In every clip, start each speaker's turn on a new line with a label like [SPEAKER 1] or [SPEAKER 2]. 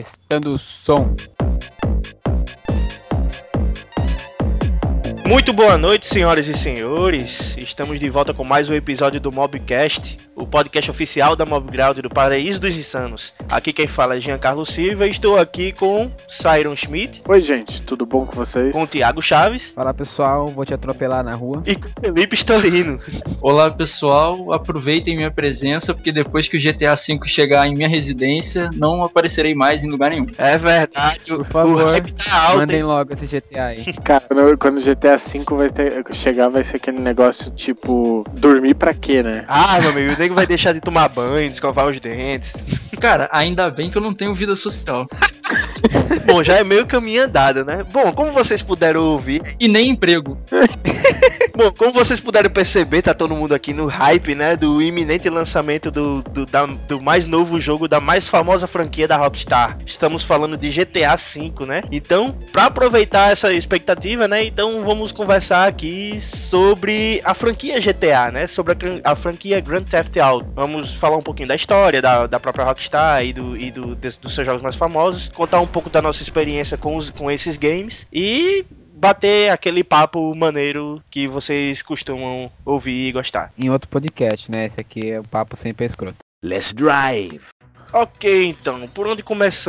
[SPEAKER 1] Testando o som.
[SPEAKER 2] Muito boa noite, senhoras e senhores. Estamos de volta com mais um episódio do Mobcast, o podcast oficial da Mobground do Paraíso dos Insanos. Aqui quem fala é Giancarlo Silva e estou aqui com Siron Schmidt,
[SPEAKER 3] Oi, gente, tudo bom com vocês?
[SPEAKER 2] com Thiago Chaves
[SPEAKER 1] Fala pessoal, vou te atropelar na rua.
[SPEAKER 2] e com Felipe Storino.
[SPEAKER 4] Olá pessoal, aproveitem minha presença porque depois que o GTA V chegar em minha residência, não aparecerei mais em lugar nenhum.
[SPEAKER 2] É verdade, o-
[SPEAKER 1] Por favor,
[SPEAKER 2] o hype tá alto. hein?
[SPEAKER 1] Mandem logo esse GTA aí.
[SPEAKER 3] Cara, quando, quando GTA V vai ter- chegar, vai ser aquele negócio tipo, dormir pra quê, né?
[SPEAKER 2] Ah, meu amigo, o nego vai deixar de tomar banho, de escovar os dentes.
[SPEAKER 4] Cara, ainda bem que eu não tenho vida social
[SPEAKER 2] Bom, já é meio caminho andado, né? Bom, como vocês puderam ouvir,
[SPEAKER 4] e nem emprego.
[SPEAKER 2] Bom, como vocês puderam perceber, tá todo mundo aqui no hype, né? Do iminente lançamento do, do, da- do mais novo jogo da mais famosa franquia da Rockstar. Estamos falando de GTA V, né? Então, pra aproveitar essa expectativa, né? Então vamos conversar aqui sobre a franquia GTA, né? Sobre a, gran- a franquia Grand Theft Auto. Vamos falar um pouquinho da história da, da própria Rockstar e, do, e do, des- dos seus jogos mais famosos. Contar um pouco da nossa experiência com, os, com esses games. E bater aquele papo maneiro que vocês costumam ouvir e gostar.
[SPEAKER 1] Em outro podcast, né? Esse aqui é o papo sempre é escroto.
[SPEAKER 5] Let's drive.
[SPEAKER 2] Ok, então, por onde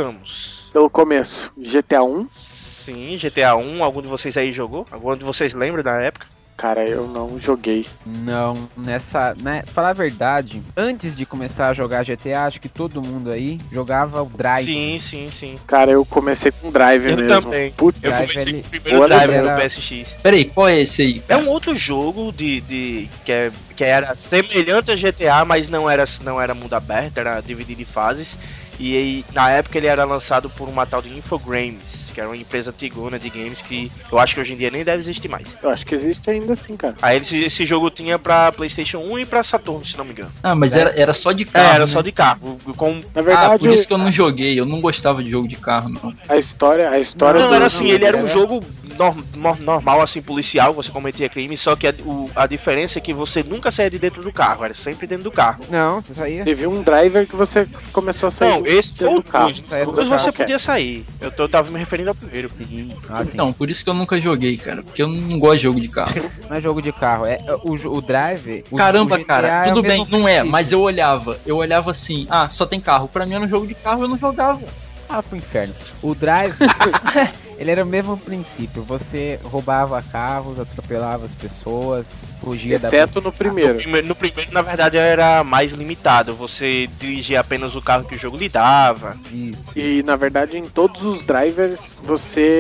[SPEAKER 2] começamos?
[SPEAKER 3] Pelo começo, GTA 1,
[SPEAKER 2] Sim, GTA 1, algum de vocês aí jogou? Algum de vocês lembra da época?
[SPEAKER 3] cara, eu não joguei.
[SPEAKER 1] Não, nessa. Né, falar a verdade, antes de começar a jogar GTA, acho que todo mundo aí jogava o Drive.
[SPEAKER 2] Sim, sim, sim.
[SPEAKER 3] Cara, eu comecei com Drive
[SPEAKER 2] Eu
[SPEAKER 3] mesmo.
[SPEAKER 2] também.
[SPEAKER 3] Putz,
[SPEAKER 2] Eu
[SPEAKER 1] Drive
[SPEAKER 2] comecei
[SPEAKER 1] ali.
[SPEAKER 2] com o primeiro
[SPEAKER 3] Olha,
[SPEAKER 2] drive
[SPEAKER 1] era-
[SPEAKER 2] no PSX.
[SPEAKER 4] Peraí, qual é esse aí?
[SPEAKER 2] É um outro jogo de, de que, é- que era semelhante a GTA, mas não era não era mundo aberto, era dividido em fases. E aí, na época ele era lançado por uma tal de Infogrames, que era uma empresa antigona de games que eu acho que hoje em dia nem deve existir mais.
[SPEAKER 3] eu acho que existe ainda assim, cara.
[SPEAKER 2] Aí esse, esse jogo tinha pra PlayStation 1 e pra Saturn, se não me engano.
[SPEAKER 4] Ah, mas era, era só de
[SPEAKER 2] É,
[SPEAKER 4] carro.
[SPEAKER 2] era
[SPEAKER 4] né?
[SPEAKER 2] só de carro. Com...
[SPEAKER 3] Na
[SPEAKER 4] Ah, por
[SPEAKER 3] verdade,
[SPEAKER 4] isso que eu não joguei, eu não gostava de jogo de carro, não.
[SPEAKER 3] a história, a história
[SPEAKER 2] Não,
[SPEAKER 3] do...
[SPEAKER 2] era assim, ele era um
[SPEAKER 1] era-
[SPEAKER 2] jogo nor- nor- normal, assim, policial, você cometia crime, só que a, o- a diferença é que você nunca saía de dentro do carro, era sempre dentro do carro.
[SPEAKER 1] Não, isso aí.
[SPEAKER 3] Teve um driver que você começou a sair.
[SPEAKER 2] Não, esse foi o
[SPEAKER 3] do carro.
[SPEAKER 2] dois.
[SPEAKER 1] Saiu do
[SPEAKER 2] Depois
[SPEAKER 1] carro,
[SPEAKER 2] você
[SPEAKER 3] cara.
[SPEAKER 2] podia sair. Eu, tô- eu tava me referindo ao primeiro.
[SPEAKER 1] Sim, ah, sim.
[SPEAKER 4] Então, por isso que eu nunca joguei, cara, porque eu não gosto de jogo de carro.
[SPEAKER 1] Não é jogo de carro, é é o, jo- o Drive. o- o
[SPEAKER 4] Caramba,
[SPEAKER 1] GTA
[SPEAKER 4] cara,
[SPEAKER 1] é o
[SPEAKER 4] tudo
[SPEAKER 1] mesmo
[SPEAKER 4] bem, não é,
[SPEAKER 1] princípio.
[SPEAKER 4] mas eu olhava, eu olhava assim, ah, só tem carro. Pra mim era um jogo de carro, eu não jogava.
[SPEAKER 1] Ah, pro inferno. O Drive, ele era o mesmo princípio. Você roubava carros, atropelava as pessoas, fugia da...
[SPEAKER 3] Exceto no primeiro.
[SPEAKER 2] Prime- No primeiro, na verdade, era mais limitado. Você dirigia apenas o carro que o jogo lhe dava.
[SPEAKER 1] Isso.
[SPEAKER 3] E na verdade, em todos os drivers,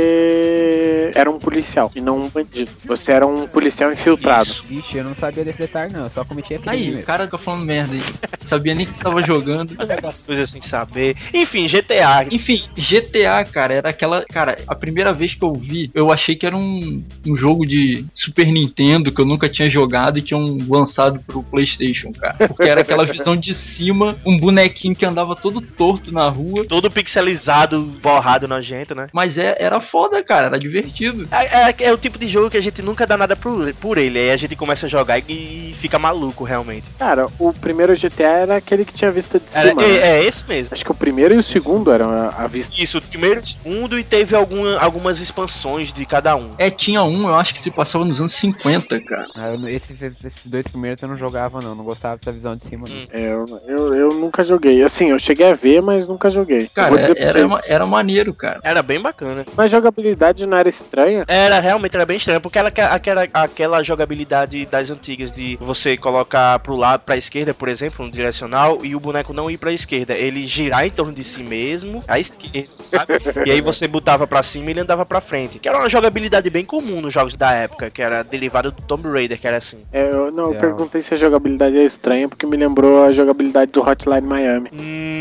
[SPEAKER 3] você era um policial e não um bandido. Você era um policial infiltrado.
[SPEAKER 2] Isso.
[SPEAKER 1] Vixe, eu não sabia desse detalhe não, eu só cometia crime
[SPEAKER 4] Aí, o
[SPEAKER 1] mesmo.
[SPEAKER 4] cara tá falando merda aí. Sabia nem que tava jogando.
[SPEAKER 2] As coisas sem saber. Enfim, GTA.
[SPEAKER 4] Enfim, GTA, cara, era aquela. Cara, a primeira vez que eu vi, eu achei que era um, um jogo de Super Nintendo que eu nunca tinha jogado e tinham lançado pro PlayStation, cara. Porque era aquela visão de cima, um bonequinho que andava todo torto na rua.
[SPEAKER 2] Todo pixelizado, borrado, nojento, né?
[SPEAKER 4] Mas é- era foda, cara, era divertido.
[SPEAKER 2] É, é- é o tipo de jogo que a gente nunca dá nada por, por ele. Aí a gente começa a jogar e, e fica maluco, realmente.
[SPEAKER 3] Cara, o primeiro GTA era aquele que tinha vista de
[SPEAKER 2] Era-
[SPEAKER 3] cima. né?
[SPEAKER 2] é, é esse mesmo.
[SPEAKER 3] Acho que o primeiro e o segundo eram a, a vista.
[SPEAKER 2] Isso, o primeiro, o segundo, e teve alguma- algumas expansões de cada um.
[SPEAKER 4] É, tinha um, eu acho que se passava nos anos 50, cara.
[SPEAKER 1] Ah, eu não- esses, esses dois primeiros eu não jogava não, não gostava dessa visão de cima. não.
[SPEAKER 2] Hum.
[SPEAKER 3] É, Eu, eu, eu nunca joguei. Assim, eu cheguei a ver, mas nunca joguei. Vou
[SPEAKER 4] Cara,
[SPEAKER 3] dizer pra
[SPEAKER 4] era,
[SPEAKER 3] vocês,
[SPEAKER 4] ma- era maneiro, cara.
[SPEAKER 2] Era bem bacana.
[SPEAKER 3] Mas jogabilidade não era estranha.
[SPEAKER 2] Era, realmente era bem estranho, porque era aquela, aquela, aquela jogabilidade das antigas de você colocar pro lado, pra esquerda, por exemplo, um direcional, e o boneco não ir pra esquerda, ele girar em torno de si mesmo, à esquerda, sabe? E aí você botava pra cima e ele andava pra frente, que era uma jogabilidade bem comum nos jogos da época, que era derivado do Tomb Raider, que era assim.
[SPEAKER 3] É, eu, não, eu
[SPEAKER 1] É.
[SPEAKER 3] perguntei se a jogabilidade é estranha, porque me lembrou a jogabilidade do Hotline Miami.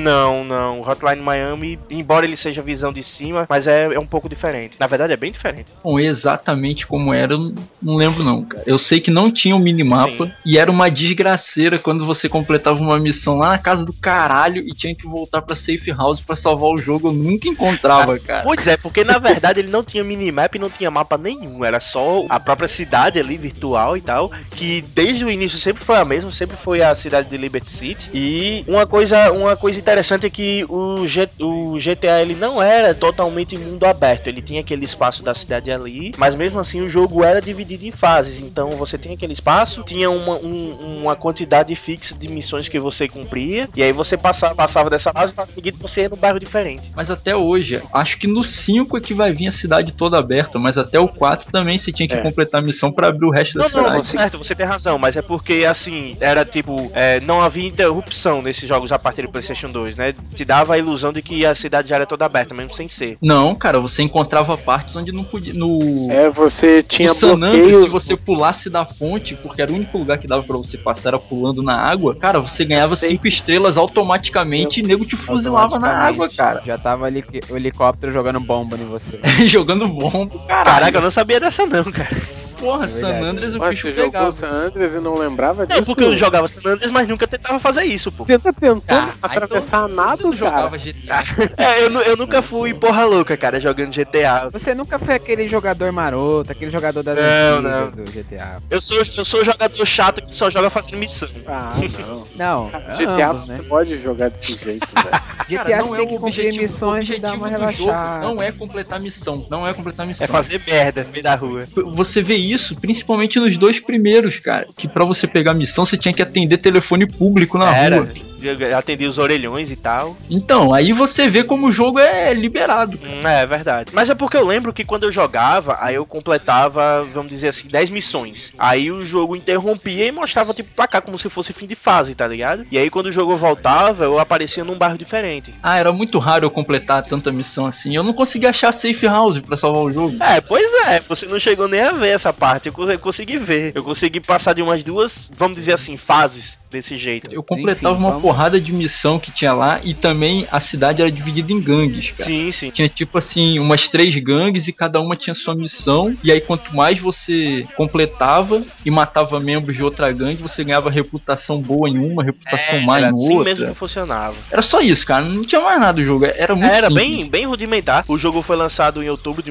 [SPEAKER 2] Não, não. Hotline Miami, embora ele seja visão de cima, mas é, é um pouco diferente. Na verdade, é bem diferente.
[SPEAKER 4] Bom, exatamente como era, eu não- não lembro não, cara. Eu sei que não tinha um minimapa e era uma desgraceira quando você completava uma uma missão lá na casa do caralho e tinha que voltar pra safe house pra salvar o jogo. Eu nunca encontrava, cara.
[SPEAKER 2] Pois é, porque na verdade ele não tinha minimap e não tinha mapa nenhum. Era só a própria cidade ali, virtual e tal. Que desde o início sempre foi a mesma, sempre foi a cidade de Liberty City. E uma coisa, uma coisa interessante é que o, G- o GTA ele não era totalmente mundo aberto. Ele tinha aquele espaço da cidade ali, mas mesmo assim o jogo era dividido em fases. Então você tinha aquele espaço, tinha uma, um- uma quantidade fixa de missões que você cumpria. E aí você passava, passava dessa fase e seguido você ia no bairro diferente.
[SPEAKER 4] Mas até hoje, acho que no 5 é que vai vir a cidade toda aberta, mas até o 4 também você tinha que
[SPEAKER 3] É.
[SPEAKER 4] completar a missão pra abrir o resto da
[SPEAKER 2] Não, não,
[SPEAKER 4] cidade.
[SPEAKER 2] não, certo, você tem razão, mas é porque assim, era tipo, é, não havia interrupção nesses jogos a partir do PlayStation 2, né? Te dava a ilusão de que a cidade já era toda aberta, mesmo sem ser.
[SPEAKER 4] Não, cara, você encontrava partes onde não podia.
[SPEAKER 1] Hum.
[SPEAKER 4] No,
[SPEAKER 3] É, você tinha
[SPEAKER 4] no San Andreas, se
[SPEAKER 3] bloqueios.
[SPEAKER 4] você pulasse da ponte, porque era o único lugar que dava pra você passar, era pulando na água, cara, você ganhava
[SPEAKER 3] Sei.
[SPEAKER 4] cinco estrelas automaticamente e nego te fuzilava na água, cara.
[SPEAKER 1] Já tava ali que- o helicóptero jogando bomba em você.
[SPEAKER 4] Jogando bomba,
[SPEAKER 2] Caraca,
[SPEAKER 4] caralho.
[SPEAKER 2] eu não sabia dessa não, cara.
[SPEAKER 4] Porra,
[SPEAKER 1] É
[SPEAKER 4] San
[SPEAKER 1] verdade.
[SPEAKER 4] Andreas o
[SPEAKER 3] Ué,
[SPEAKER 4] bicho
[SPEAKER 3] você jogou
[SPEAKER 4] pegava.
[SPEAKER 3] o San Andreas e não lembrava disso?
[SPEAKER 2] Não, porque eu jogava San Andreas, mas nunca tentava fazer isso, pô.
[SPEAKER 3] Você tá tentando
[SPEAKER 4] Ah,
[SPEAKER 3] atravessar
[SPEAKER 4] então,
[SPEAKER 3] nada,
[SPEAKER 4] você não
[SPEAKER 3] é cara?
[SPEAKER 4] jogava GTA.
[SPEAKER 2] É, eu, nu- eu nunca fui porra louca, cara, jogando GTA.
[SPEAKER 1] Você nunca foi aquele jogador maroto, aquele jogador das
[SPEAKER 2] Não,
[SPEAKER 1] antigas do GTA.
[SPEAKER 2] Eu sou, eu sou jogador chato que só joga fazendo missão.
[SPEAKER 3] Ah, não.
[SPEAKER 1] Não,
[SPEAKER 3] GTA
[SPEAKER 1] ambos, né?
[SPEAKER 3] você pode jogar desse jeito, velho.
[SPEAKER 1] GTA
[SPEAKER 4] Cara, não
[SPEAKER 1] você
[SPEAKER 4] é
[SPEAKER 1] tem
[SPEAKER 4] o
[SPEAKER 1] que cumprir
[SPEAKER 4] objetivo, o
[SPEAKER 1] missões e
[SPEAKER 4] objetivo
[SPEAKER 1] dar uma
[SPEAKER 4] do jogo
[SPEAKER 1] relaxada.
[SPEAKER 4] não é completar a missão, não é completar a missão.
[SPEAKER 2] É fazer merda no meio da rua.
[SPEAKER 4] você vê isso principalmente nos dois primeiros, cara. Que pra você pegar a missão, você tinha que atender telefone público na
[SPEAKER 2] Era,
[SPEAKER 4] rua.
[SPEAKER 2] eu atendi os orelhões e tal.
[SPEAKER 4] Então, aí você vê como o jogo é liberado.
[SPEAKER 2] Hum, É, é verdade. Mas é porque eu lembro que quando eu jogava, aí eu completava, vamos dizer assim, 10 missões. Aí o jogo interrompia e mostrava, tipo, pra cá, como se fosse fim de fase, tá ligado? E aí quando o jogo voltava, eu aparecia num bairro diferente.
[SPEAKER 4] Ah, era muito raro eu completar tanta missão assim. Eu não conseguia achar safe house pra salvar o jogo.
[SPEAKER 2] É, pois é, você não chegou nem a ver essa parte. Eu cons- eu consegui ver. Eu consegui passar de umas duas, vamos dizer assim, fases desse jeito.
[SPEAKER 4] Eu completava
[SPEAKER 1] Enfim,
[SPEAKER 4] uma
[SPEAKER 1] vamos-
[SPEAKER 4] porrada de missão que tinha lá e também a cidade era dividida em gangues, cara.
[SPEAKER 2] Sim, sim.
[SPEAKER 4] Tinha tipo assim, umas três gangues e cada uma tinha sua missão. E aí, quanto mais você completava e matava membros de outra gangue, você ganhava reputação boa em uma, reputação má
[SPEAKER 2] Era
[SPEAKER 4] em
[SPEAKER 2] assim
[SPEAKER 4] outra.
[SPEAKER 2] mesmo que funcionava.
[SPEAKER 4] Era só isso, cara. Não tinha mais nada do jogo. Era muito
[SPEAKER 2] Era
[SPEAKER 4] simples.
[SPEAKER 2] bem, bem rudimentar. O jogo foi lançado em outubro de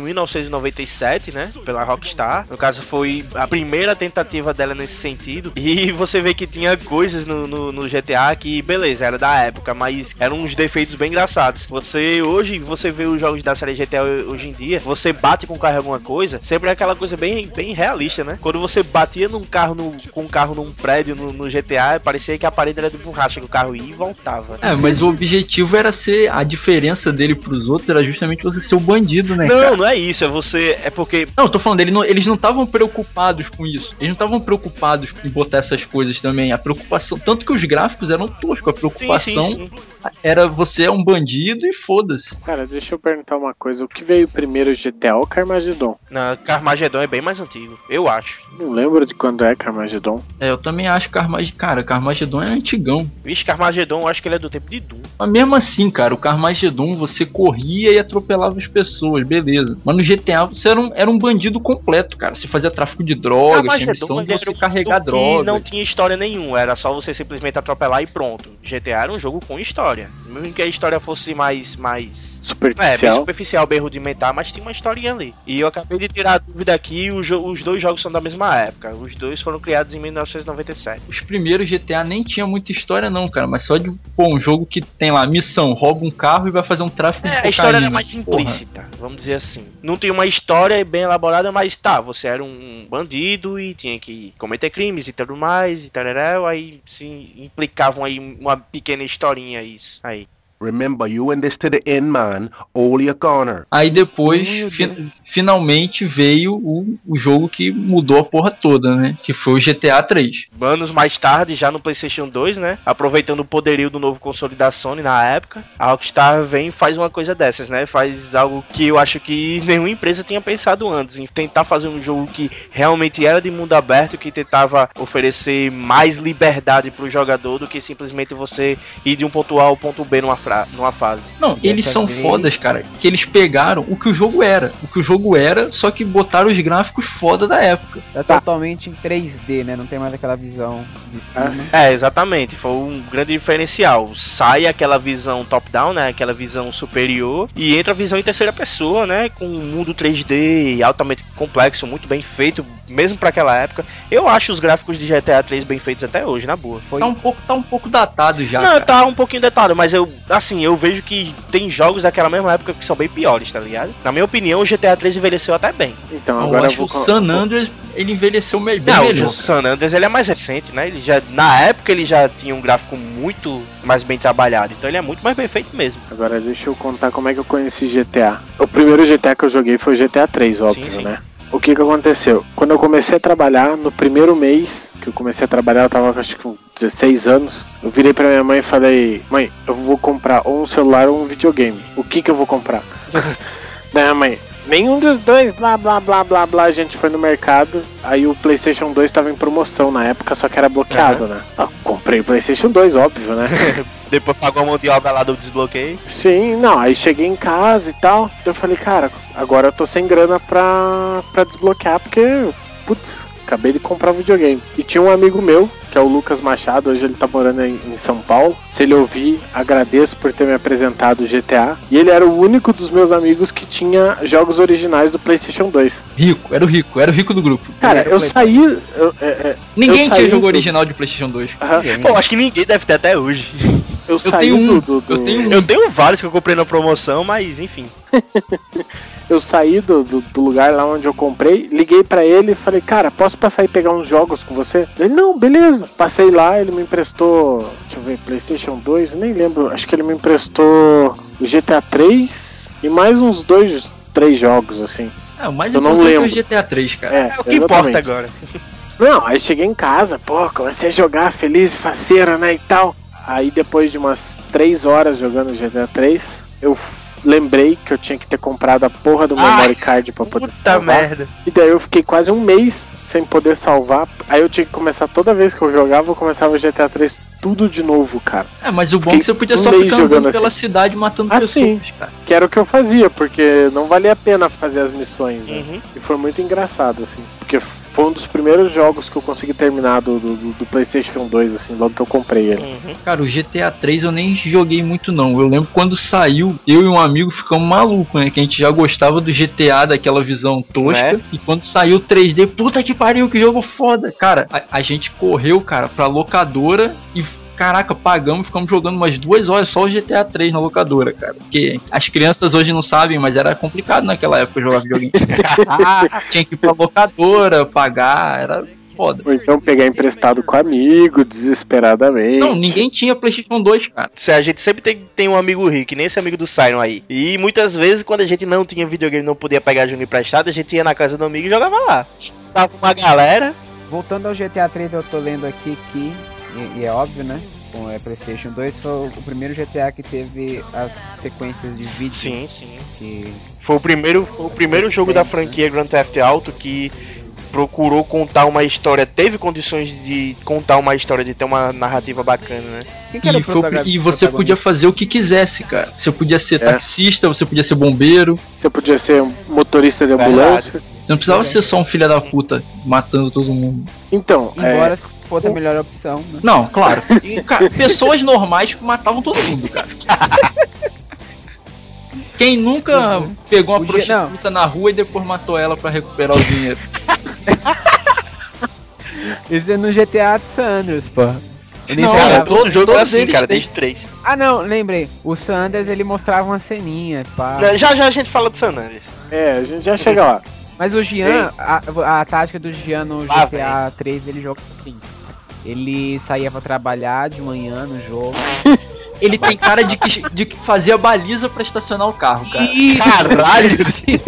[SPEAKER 2] 1997, né? Pela Rockstar. No caso, foi a primeira tentativa dela nesse sentido. E você vê que tinha coisas no, no, no GTA que, beleza, era da época, mas eram uns defeitos bem engraçados. Você hoje, você vê os jogos da série GTA hoje em dia, você bate com o carro em alguma coisa, sempre é aquela coisa bem, bem realista, né? Quando você batia num carro no- com um carro num prédio no, no GTA, parecia que a parede era de borracha que o carro ia e voltava.
[SPEAKER 4] É, mas o objetivo era ser. A diferença dele pros outros era justamente você ser o bandido, né? cara?
[SPEAKER 2] Não, não é isso, é você. É porque
[SPEAKER 4] Não, eu tô falando, ele não- eles não estavam preocupados com isso. Eles não estavam preocupados em botar essas coisas também. A preocupação. Tanto que os gráficos eram toscos. A
[SPEAKER 2] Sim,
[SPEAKER 4] preocupação
[SPEAKER 2] sim, sim.
[SPEAKER 4] era você é um bandido e foda-se.
[SPEAKER 3] Cara, deixa eu perguntar uma coisa. O que veio primeiro, GTA ou Carmageddon?
[SPEAKER 2] Na Carmageddon é bem mais antigo, eu acho.
[SPEAKER 3] Não lembro de quando é Carmageddon.
[SPEAKER 4] É, eu também acho que Carmag... Cara, Carmageddon é antigão.
[SPEAKER 2] Vixe, Carmageddon, eu acho que ele é do tempo de Doom.
[SPEAKER 4] Mas mesmo assim, cara, o Carmageddon você corria e atropelava as pessoas, beleza. Mas no GTA você era um, era um bandido completo, cara. Você fazia tráfico de drogas, tinha missão de
[SPEAKER 2] ele era
[SPEAKER 4] você
[SPEAKER 2] um
[SPEAKER 4] carregar
[SPEAKER 2] jogo que
[SPEAKER 4] drogas.
[SPEAKER 2] não tinha história nenhuma, era só você simplesmente atropelar e pronto. GTA era um jogo com história. Mesmo que a história fosse mais. mais... É, bem
[SPEAKER 3] Superficial.
[SPEAKER 2] superficial, bem rudimentar, mas tinha uma historinha ali. E eu acabei de tirar a dúvida aqui, o jo- os dois jogos são da mesma época. Os dois foram criados em 1997.
[SPEAKER 4] Os primeiros GTA nem tinha muita história, não, cara. Mas só de, pô, um jogo que tem lá missão, rouba um carro e vai fazer um tráfico de
[SPEAKER 2] É, a história era
[SPEAKER 4] cocaína.
[SPEAKER 2] mais
[SPEAKER 4] Porra.
[SPEAKER 2] implícita, vamos dizer assim. Não tem uma história bem elaborada, mas tá, você era um bandido e tinha que cometer crimes e tudo mais, e tal, aí se implicavam aí uma pequena historinha isso. Aí.
[SPEAKER 5] Remember, you enlisted in man, Ollie O'Connor.
[SPEAKER 4] Aí depois,
[SPEAKER 1] Meu
[SPEAKER 4] fi- finalmente veio o, o jogo que mudou a porra toda, né? Que foi o GTA 3.
[SPEAKER 2] Anos mais tarde, já no PlayStation 2, né? Aproveitando o poderio do novo console da Sony na época, a Rockstar vem e faz uma coisa dessas, né? Faz algo que eu acho que nenhuma empresa tinha pensado antes, em tentar fazer um jogo que realmente era de mundo aberto, que tentava oferecer mais liberdade pro jogador do que simplesmente você ir de um ponto A ao ponto B numa fra- numa fase.
[SPEAKER 4] Não,
[SPEAKER 1] E
[SPEAKER 4] eles
[SPEAKER 1] essa
[SPEAKER 4] são
[SPEAKER 1] vez-
[SPEAKER 4] fodas, cara, que eles pegaram o que o jogo era. O que o jogo era, só que botaram os gráficos foda da época.
[SPEAKER 1] Tá,
[SPEAKER 3] Tá.
[SPEAKER 1] totalmente em 3D, né? Não tem mais aquela visão de cima.
[SPEAKER 2] É, exatamente. Foi um grande diferencial. Sai aquela visão top-down, né? Aquela visão superior. E entra a visão em terceira pessoa, né? Com um mundo 3D altamente complexo, muito bem feito, mesmo pra aquela época. Eu acho os gráficos de GTA 3 bem feitos até hoje, na boa.
[SPEAKER 1] Foi
[SPEAKER 4] Tá um pouco, tá um pouco datado já.
[SPEAKER 2] Não,
[SPEAKER 4] cara.
[SPEAKER 2] tá um pouquinho detalhe, mas eu, assim, eu vejo que tem jogos daquela mesma época que são bem piores, tá ligado? Na minha opinião, o GTA 3 envelheceu até bem.
[SPEAKER 3] Então,
[SPEAKER 4] Eu
[SPEAKER 3] agora eu
[SPEAKER 4] acho que
[SPEAKER 3] vou.
[SPEAKER 4] o San Andreas ele envelheceu meio bem
[SPEAKER 2] Não,
[SPEAKER 4] melhor.
[SPEAKER 2] o San Andreas ele é mais recente, né? Ele já, na época ele já tinha um gráfico muito mais bem trabalhado, então ele é muito mais bem feito mesmo.
[SPEAKER 3] Agora deixa eu contar como é que eu conheci GTA. O primeiro GTA que eu joguei foi o GTA 3, óbvio,
[SPEAKER 2] Sim, sim.
[SPEAKER 3] né? O que que aconteceu? Quando eu comecei a trabalhar, no primeiro mês que eu comecei a trabalhar, eu tava acho que com 16 anos, eu virei pra minha mãe e falei, mãe, eu vou comprar ou um celular ou um videogame. O que que eu vou comprar? Daí minha mãe, nenhum dos dois, blá blá blá blá blá, a gente foi no mercado, aí o Playstation 2 tava em promoção na época, só que era bloqueado, né? Ah, comprei o Playstation 2, óbvio, né?
[SPEAKER 2] Depois pagou a mão de obra lá do desbloqueio.
[SPEAKER 3] Sim, não, aí cheguei em casa e tal. Eu falei, cara, agora eu tô sem grana pra, pra desbloquear, porque, putz, acabei de comprar um videogame. E tinha um amigo meu, que é o Lucas Machado, hoje ele tá morando em, em São Paulo. Se ele ouvir, agradeço por ter me apresentado o GTA. E ele era o único dos meus amigos que tinha jogos originais do PlayStation 2.
[SPEAKER 4] Rico, era o rico, era o rico do grupo.
[SPEAKER 3] Cara,
[SPEAKER 1] Primeiro
[SPEAKER 3] eu
[SPEAKER 1] Play-
[SPEAKER 3] saí. eu- é, é,
[SPEAKER 4] Ninguém
[SPEAKER 3] saí
[SPEAKER 4] tinha jogo
[SPEAKER 3] do-
[SPEAKER 4] original de PlayStation 2.
[SPEAKER 3] aham,
[SPEAKER 1] Ninguém.
[SPEAKER 2] Pô, acho que ninguém deve ter até hoje.
[SPEAKER 3] eu
[SPEAKER 4] Eu
[SPEAKER 3] saí
[SPEAKER 4] tenho um,
[SPEAKER 3] do, do, do-
[SPEAKER 4] eu tenho um.
[SPEAKER 2] Eu tenho vários que eu comprei na promoção, mas enfim.
[SPEAKER 3] eu saí do, do, do lugar lá onde eu comprei, liguei pra ele e falei, cara, posso passar e pegar uns jogos com você? Ele, não, beleza. Passei lá, ele me emprestou, deixa eu ver, Playstation 2, nem lembro, acho que ele me emprestou o GTA 3 e mais uns dois, três jogos, assim.
[SPEAKER 4] Ah, o mais
[SPEAKER 3] Eu não
[SPEAKER 4] importante é o
[SPEAKER 3] lembro.
[SPEAKER 4] GTA 3, cara.
[SPEAKER 3] É,
[SPEAKER 2] É o que importa
[SPEAKER 3] exatamente.
[SPEAKER 2] agora.
[SPEAKER 3] Não, aí cheguei em casa, pô, comecei a jogar feliz e faceira, né, e tal. Aí depois de umas três horas jogando GTA 3, eu lembrei que eu tinha que ter comprado a porra do
[SPEAKER 2] Ai,
[SPEAKER 3] memory card pra poder
[SPEAKER 2] Puta merda.
[SPEAKER 3] E daí eu fiquei quase um mês sem poder salvar. Aí eu tinha que começar toda vez que eu jogava, eu começava o GTA 3 tudo de novo, cara.
[SPEAKER 4] É, mas o bom é
[SPEAKER 3] Fiquei
[SPEAKER 4] que você podia
[SPEAKER 3] um
[SPEAKER 4] só
[SPEAKER 3] mês
[SPEAKER 4] ficar
[SPEAKER 3] jogando
[SPEAKER 4] andando pela cidade matando
[SPEAKER 3] Ah, sim.
[SPEAKER 4] pessoas, cara.
[SPEAKER 3] Que era o que eu fazia, porque não valia a pena fazer as missões, né?
[SPEAKER 2] Uhum.
[SPEAKER 3] E foi muito engraçado, assim. Porque foi um dos primeiros jogos que eu consegui terminar do, do, do- do PlayStation 2, assim, logo que eu comprei ele.
[SPEAKER 2] Uhum.
[SPEAKER 4] Cara, o GTA 3 eu nem joguei muito não. Eu lembro quando saiu, eu e um amigo ficamos malucos, né? Que a gente já gostava do GTA, daquela visão tosca.
[SPEAKER 2] Né?
[SPEAKER 4] E quando saiu o 3D, puta que pariu, que jogo foda. Cara, a, a gente correu, cara, pra locadora e. Caraca, pagamos, ficamos jogando umas duas horas só o GTA 3 na locadora, cara. Porque as crianças hoje não sabem, mas era complicado naquela época jogar videogame. Tinha que ir pra locadora, pagar, era foda.
[SPEAKER 3] Ou então pegar emprestado com amigo, desesperadamente.
[SPEAKER 4] Não, ninguém tinha PlayStation 2, cara.
[SPEAKER 2] Se A gente sempre tem, tem um amigo rico, que nem esse amigo do Siren aí. E muitas vezes, quando a gente não tinha videogame não podia pegar jogo emprestado, a gente ia na casa do amigo e jogava lá. Tava uma galera,
[SPEAKER 1] Voltando ao GTA 3, eu tô lendo aqui que, e, e é óbvio, né? Com é PlayStation 2 foi o primeiro GTA que teve as sequências de vídeo.
[SPEAKER 2] Sim, sim.
[SPEAKER 1] Que
[SPEAKER 2] Foi o primeiro, foi o primeiro jogo da
[SPEAKER 3] né?
[SPEAKER 2] franquia Grand Theft Auto que procurou contar uma história, teve condições de contar uma história, de ter uma narrativa bacana, né?
[SPEAKER 1] Quem que era
[SPEAKER 4] E,
[SPEAKER 1] o
[SPEAKER 4] foi o pri-
[SPEAKER 1] protagonista? É.
[SPEAKER 4] e você podia fazer o que quisesse, cara. Você podia ser taxista, você podia ser bombeiro.
[SPEAKER 3] Você podia ser um motorista de ambulância.
[SPEAKER 4] Você não precisava
[SPEAKER 1] Verdade.
[SPEAKER 4] ser só um filho da puta matando todo mundo.
[SPEAKER 3] Então, é,
[SPEAKER 1] Embora fosse a melhor opção, né?
[SPEAKER 4] Não, claro. E, cara, pessoas normais matavam todo mundo, cara. Quem nunca pegou uma
[SPEAKER 1] O dia- é. não.
[SPEAKER 4] prostituta na rua e depois matou ela pra recuperar o dinheiro?
[SPEAKER 1] Isso é no GTA San Andreas, pô. Ele
[SPEAKER 4] Não,
[SPEAKER 1] jogava-
[SPEAKER 4] eu
[SPEAKER 2] todo jogo é
[SPEAKER 4] todos
[SPEAKER 2] assim,
[SPEAKER 4] eles
[SPEAKER 2] cara,
[SPEAKER 4] têm.
[SPEAKER 2] desde três.
[SPEAKER 1] Ah, não, lembrei. O Sanders ele mostrava uma ceninha, pá.
[SPEAKER 2] Ah. Já já a gente fala do San Andreas.
[SPEAKER 3] é, a gente já chega lá.
[SPEAKER 1] Mas o Gian, a, a tática do Gian no
[SPEAKER 2] Ah,
[SPEAKER 1] GTA 3, ele joga assim. Ele saía pra trabalhar de manhã no jogo.
[SPEAKER 4] Ele tem cara de que, de que fazia baliza pra estacionar o carro, cara.
[SPEAKER 1] Ih,
[SPEAKER 2] Caralho!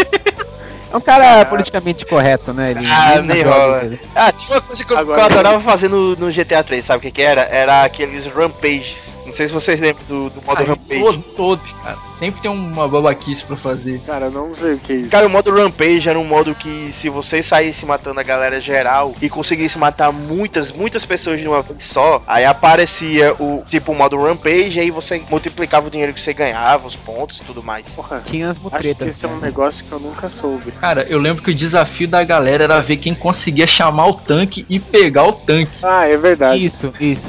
[SPEAKER 1] É um cara politicamente correto, né? Ele
[SPEAKER 2] Ah,
[SPEAKER 1] ele não
[SPEAKER 2] nem
[SPEAKER 1] joga
[SPEAKER 2] rola.
[SPEAKER 1] dele.
[SPEAKER 2] Ah, tinha uma coisa que eu, que eu
[SPEAKER 3] Agora-
[SPEAKER 2] adorava fazer no, no GTA 3, sabe o que que era? Era aqueles rampages. Não sei se vocês lembram do, do modo
[SPEAKER 4] Cara,
[SPEAKER 2] Rampage.
[SPEAKER 4] todos, todos, cara. Sempre tem uma babaquice pra fazer.
[SPEAKER 3] Cara, eu não sei o que é isso.
[SPEAKER 2] Cara, o modo Rampage era um modo que se você saísse matando a galera geral e conseguisse matar muitas, muitas pessoas de uma vez só, aí aparecia o tipo o modo Rampage, aí você multiplicava o dinheiro que você ganhava, os pontos e tudo mais.
[SPEAKER 3] Porra,
[SPEAKER 1] Tinha as
[SPEAKER 3] acho que
[SPEAKER 1] mutretas.
[SPEAKER 3] esse é um
[SPEAKER 1] né?
[SPEAKER 3] negócio que eu nunca soube.
[SPEAKER 4] Cara, eu lembro que o desafio da galera era ver quem conseguia chamar o tanque e pegar o tanque.
[SPEAKER 3] Ah, é verdade.
[SPEAKER 1] né? Isso, isso.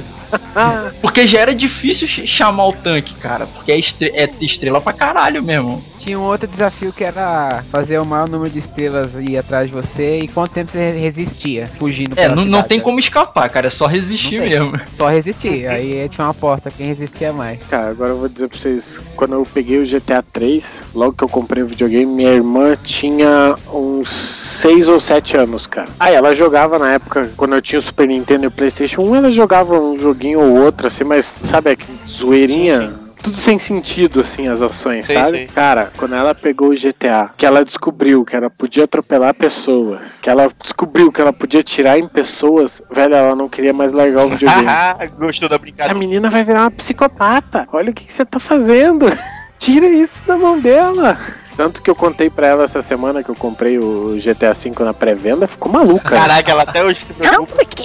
[SPEAKER 4] Porque já era difícil ch- chamar o tanque, cara. Porque é, estre- é estrela pra caralho mesmo.
[SPEAKER 1] Tinha um outro desafio que era fazer o maior número de estrelas e ir atrás de você e quanto tempo você resistia fugindo.
[SPEAKER 4] É,
[SPEAKER 1] pela
[SPEAKER 4] não, não
[SPEAKER 1] cidade,
[SPEAKER 4] tem
[SPEAKER 1] né?
[SPEAKER 4] como escapar, cara. É só resistir
[SPEAKER 1] Não tem.
[SPEAKER 4] mesmo.
[SPEAKER 1] Só resistir. Aí tinha uma porta, quem resistia mais.
[SPEAKER 3] Cara, Tá, agora eu vou dizer pra vocês, quando eu peguei o GTA 3, logo que eu comprei o videogame, minha irmã tinha uns 6 ou 7 anos, cara. Aí ela jogava na época, quando eu tinha o Super Nintendo e o Playstation 1, ela jogava um joguinho ou outro, assim, mas sabe aquele zoeirinha?
[SPEAKER 2] Sim,
[SPEAKER 3] Tudo sem sentido, assim, as ações,
[SPEAKER 2] Sei,
[SPEAKER 3] sabe?
[SPEAKER 2] sei.
[SPEAKER 3] Cara, quando ela pegou o GTA, que ela descobriu que ela podia atropelar pessoas, que ela descobriu que ela podia tirar em pessoas, velho, ela não queria mais largar o videogame.
[SPEAKER 2] Gostou da
[SPEAKER 3] Essa
[SPEAKER 2] brincadeira?
[SPEAKER 3] menina vai virar uma psicopata. Olha o que que você tá fazendo. Tira isso da mão dela. Tanto que eu contei pra ela essa semana que eu comprei o GTA V na pré-venda, ficou maluca.
[SPEAKER 2] Caraca, ela até hoje se
[SPEAKER 6] Não,
[SPEAKER 2] preocupa.
[SPEAKER 6] porque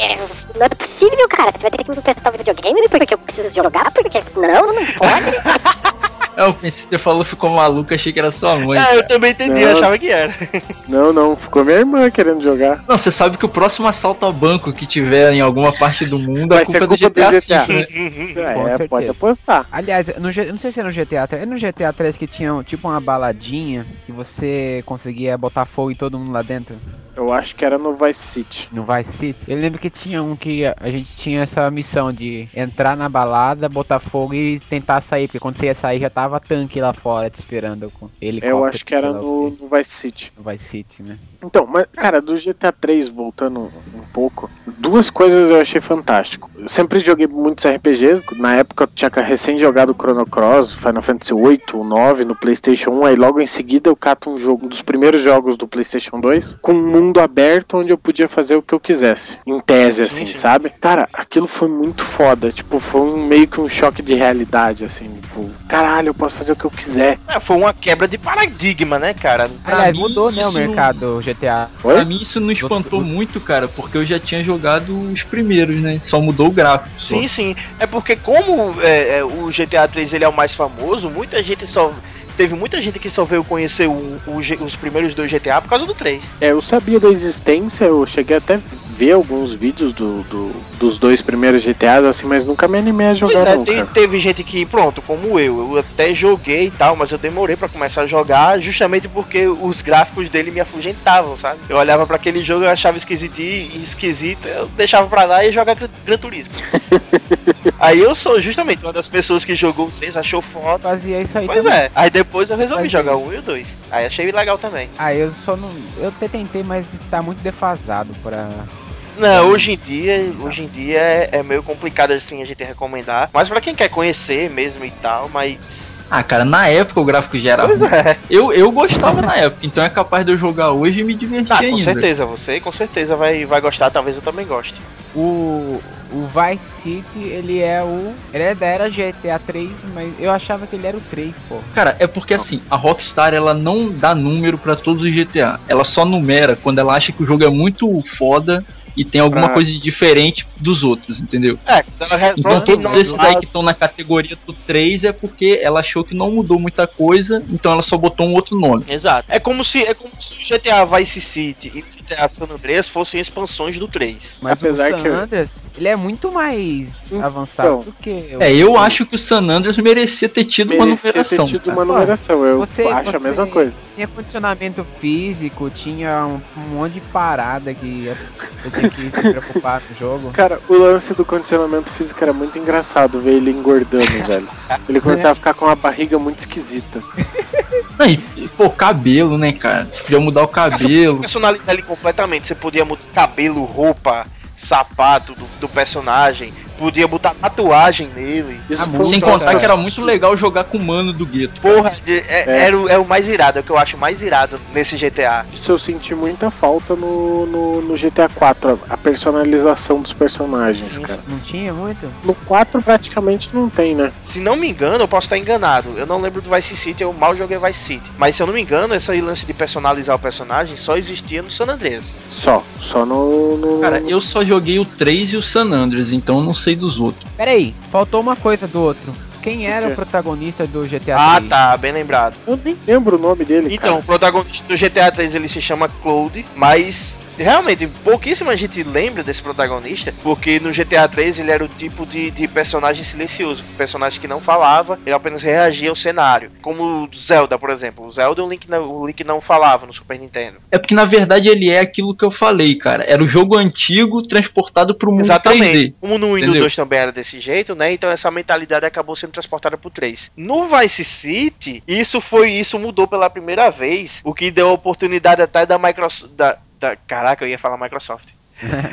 [SPEAKER 6] não é possível, cara. Você vai ter que me emprestar o videogame porque eu preciso jogar, porque não, não pode.
[SPEAKER 4] Eu pensei que você falou, ficou maluco, achei que era sua mãe.
[SPEAKER 2] É, eu também entendi,
[SPEAKER 3] Não.
[SPEAKER 2] eu achava que era.
[SPEAKER 3] Não, não, ficou minha irmã querendo jogar.
[SPEAKER 4] Não, você sabe que o próximo assalto a banco que tiver em alguma parte do mundo
[SPEAKER 3] Vai
[SPEAKER 4] é culpa,
[SPEAKER 3] ser
[SPEAKER 4] do
[SPEAKER 3] culpa do
[SPEAKER 4] GTA V.
[SPEAKER 3] GTA.
[SPEAKER 4] né?
[SPEAKER 1] Com
[SPEAKER 3] É,
[SPEAKER 1] certeza.
[SPEAKER 3] pode apostar.
[SPEAKER 1] Aliás, no, G- não sei se é no GTA 3, é no GTA 3 que tinha tipo uma baladinha que você conseguia botar fogo em todo mundo lá dentro,
[SPEAKER 3] Eu acho que era no Vice City.
[SPEAKER 1] no Vice City. Eu lembro que tinha um que a a gente tinha essa missão de entrar na balada, botar fogo e tentar sair, porque quando você ia sair já tava tanque lá fora te esperando com ele.
[SPEAKER 3] Eu acho que era no, no Vice City.
[SPEAKER 1] No Vice City, né?
[SPEAKER 3] Então, mas, cara, do GTA 3, voltando um pouco, duas coisas eu achei fantástico. Eu sempre joguei muitos RPGs, na época eu tinha recém jogado o Chrono Cross, Final Fantasy VIII, o 9 no PlayStation 1, aí logo em seguida eu cato um jogo, um dos primeiros jogos do PlayStation 2, com um mundo aberto onde eu podia fazer o que eu quisesse, em tese
[SPEAKER 2] Sim,
[SPEAKER 3] assim,
[SPEAKER 2] sim.
[SPEAKER 3] sabe? Cara, aquilo foi muito foda, tipo, foi um, meio que um choque de realidade, assim, tipo, caralho, eu posso fazer o que eu quiser.
[SPEAKER 2] É, foi uma quebra de paradigma, né, cara?
[SPEAKER 4] Pra
[SPEAKER 1] Aliás,
[SPEAKER 4] mim,
[SPEAKER 1] mudou né o
[SPEAKER 4] isso-
[SPEAKER 1] mercado GTA.
[SPEAKER 4] Pra
[SPEAKER 3] Oi?
[SPEAKER 4] mim isso não espantou muito, cara, porque eu já tinha jogado os primeiros, né? Só mudou o gráfico. só.
[SPEAKER 2] Sim, sim. É porque como é, é, o GTA 3 ele é o mais famoso, muita gente só. Teve muita gente que só veio conhecer o- o G- os primeiros dois GTA por causa do 3.
[SPEAKER 3] É, eu sabia da existência, eu cheguei até a ver alguns vídeos do, do- dos dois primeiros GTAs, assim, mas nunca me animei a
[SPEAKER 2] Pois
[SPEAKER 3] jogar
[SPEAKER 2] é,
[SPEAKER 3] não,
[SPEAKER 2] te-
[SPEAKER 3] cara.
[SPEAKER 2] teve gente que, pronto, como eu, eu até joguei e tal, mas eu demorei pra começar a jogar justamente porque os gráficos dele me afugentavam, sabe? Eu olhava pra aquele jogo, eu achava esquisito e esquisito, eu deixava pra lá e ia jogar Gran, Gran Turismo. aí eu sou justamente uma das pessoas que jogou o 3, achou foda.
[SPEAKER 1] Fazia isso aí
[SPEAKER 2] Pois
[SPEAKER 1] também.
[SPEAKER 2] é, aí depois eu resolvi
[SPEAKER 1] Mas
[SPEAKER 2] jogar o 1 e o 2. Aí achei legal também.
[SPEAKER 1] Ah, eu só não. Eu até tentei, mas tá muito defasado pra.
[SPEAKER 2] Não, hoje em dia, hoje em dia é, é meio complicado assim a gente recomendar. Mas pra quem quer conhecer mesmo e tal, mas.
[SPEAKER 4] Ah, cara, na época o gráfico já era ruim.
[SPEAKER 2] é.
[SPEAKER 4] Eu, eu gostava na época, então é capaz de eu jogar hoje e me divertir
[SPEAKER 2] Ah, com
[SPEAKER 4] ainda.
[SPEAKER 2] certeza, você com certeza vai, vai gostar, talvez eu também goste.
[SPEAKER 1] O, o Vice City, ele é o. Ele é da era GTA 3, mas eu achava que ele era o 3, pô.
[SPEAKER 4] Cara, é porque assim, a Rockstar ela não dá número pra todos os GTA. Ela só numera quando ela acha que o jogo é muito foda e tem alguma
[SPEAKER 3] Pra-
[SPEAKER 4] coisa de diferente dos outros, entendeu?
[SPEAKER 2] É, ela
[SPEAKER 4] Então
[SPEAKER 1] Pronto,
[SPEAKER 4] todos
[SPEAKER 1] não,
[SPEAKER 4] esses aí que estão na categoria do 3 é porque ela achou que não mudou muita coisa, então ela só botou um outro nome.
[SPEAKER 2] Exato. É como se é como se o GTA Vice City e o GTA San Andreas fossem expansões do 3.
[SPEAKER 1] Mas
[SPEAKER 3] Apesar
[SPEAKER 1] o San
[SPEAKER 3] que eu-
[SPEAKER 1] Andreas, ele é muito mais avançado do que.
[SPEAKER 4] É, eu acho que o San Andreas merecia ter tido uma
[SPEAKER 3] Merecia ter
[SPEAKER 4] numeração.
[SPEAKER 3] tido
[SPEAKER 4] cara.
[SPEAKER 3] uma numeração, eu
[SPEAKER 1] Você-
[SPEAKER 3] acho a
[SPEAKER 1] você-
[SPEAKER 3] mesma coisa.
[SPEAKER 1] Tinha condicionamento físico, tinha um, um monte de parada que eu eu tinha que me preocupar no jogo.
[SPEAKER 3] Cara, o lance do condicionamento físico era muito engraçado, ver ele engordando, velho. Ele começava a ficar com uma barriga muito esquisita.
[SPEAKER 4] Não, e, pô, cabelo, né, cara? Você podia mudar o cabelo.
[SPEAKER 2] Personalizar ele completamente, você podia mudar cabelo, roupa, sapato do, do personagem, Podia botar tatuagem nele.
[SPEAKER 3] Isso
[SPEAKER 1] Ah,
[SPEAKER 3] foi um
[SPEAKER 4] Sem
[SPEAKER 1] Puta,
[SPEAKER 4] contar
[SPEAKER 3] cara.
[SPEAKER 4] que era muito legal jogar com o mano do gueto.
[SPEAKER 2] Porra, de- é,
[SPEAKER 3] É.
[SPEAKER 2] Era, o- é o mais irado, é o que eu acho mais irado nesse GTA.
[SPEAKER 3] Isso eu senti muita falta no, no, no GTA 4, a, a personalização dos personagens,
[SPEAKER 2] Sim,
[SPEAKER 3] cara.
[SPEAKER 1] Não tinha muito?
[SPEAKER 3] No 4 praticamente não tem, né?
[SPEAKER 2] Se não me engano, eu posso estar enganado. Eu não lembro do Vice City, eu mal joguei Vice City. Mas se eu não me engano, esse lance de personalizar o personagem só existia no San Andreas.
[SPEAKER 3] Só, só no. no
[SPEAKER 4] Cara, eu só joguei o 3 e o San Andreas, então eu não sei dos outros.
[SPEAKER 1] Pera aí, faltou uma coisa do outro. Quem era
[SPEAKER 3] quê?
[SPEAKER 1] o protagonista do GTA
[SPEAKER 2] Ah,
[SPEAKER 1] 3?
[SPEAKER 2] tá, bem lembrado.
[SPEAKER 3] eu nem lembro o nome dele,
[SPEAKER 2] Então, o protagonista do GTA 3 ele se chama Claude, mas realmente pouquíssima gente lembra desse protagonista, porque no GTA 3 ele era o tipo de, de personagem silencioso, personagem que não falava, ele apenas reagia ao cenário. Como o Zelda, por exemplo. O Zelda o Link não, o Link não falava no Super Nintendo.
[SPEAKER 4] É porque na verdade ele é aquilo que eu falei, cara. Era o jogo antigo transportado pro mundo
[SPEAKER 2] Exatamente.
[SPEAKER 4] 3D.
[SPEAKER 2] Como no Windows
[SPEAKER 4] Entendeu?
[SPEAKER 2] 2 também era desse jeito, né? Então essa mentalidade acabou sendo transportada pro 3. No Vice City, isso foi isso mudou pela primeira vez, o que deu a oportunidade até da Microsoft da, da- caraca, eu ia falar Microsoft.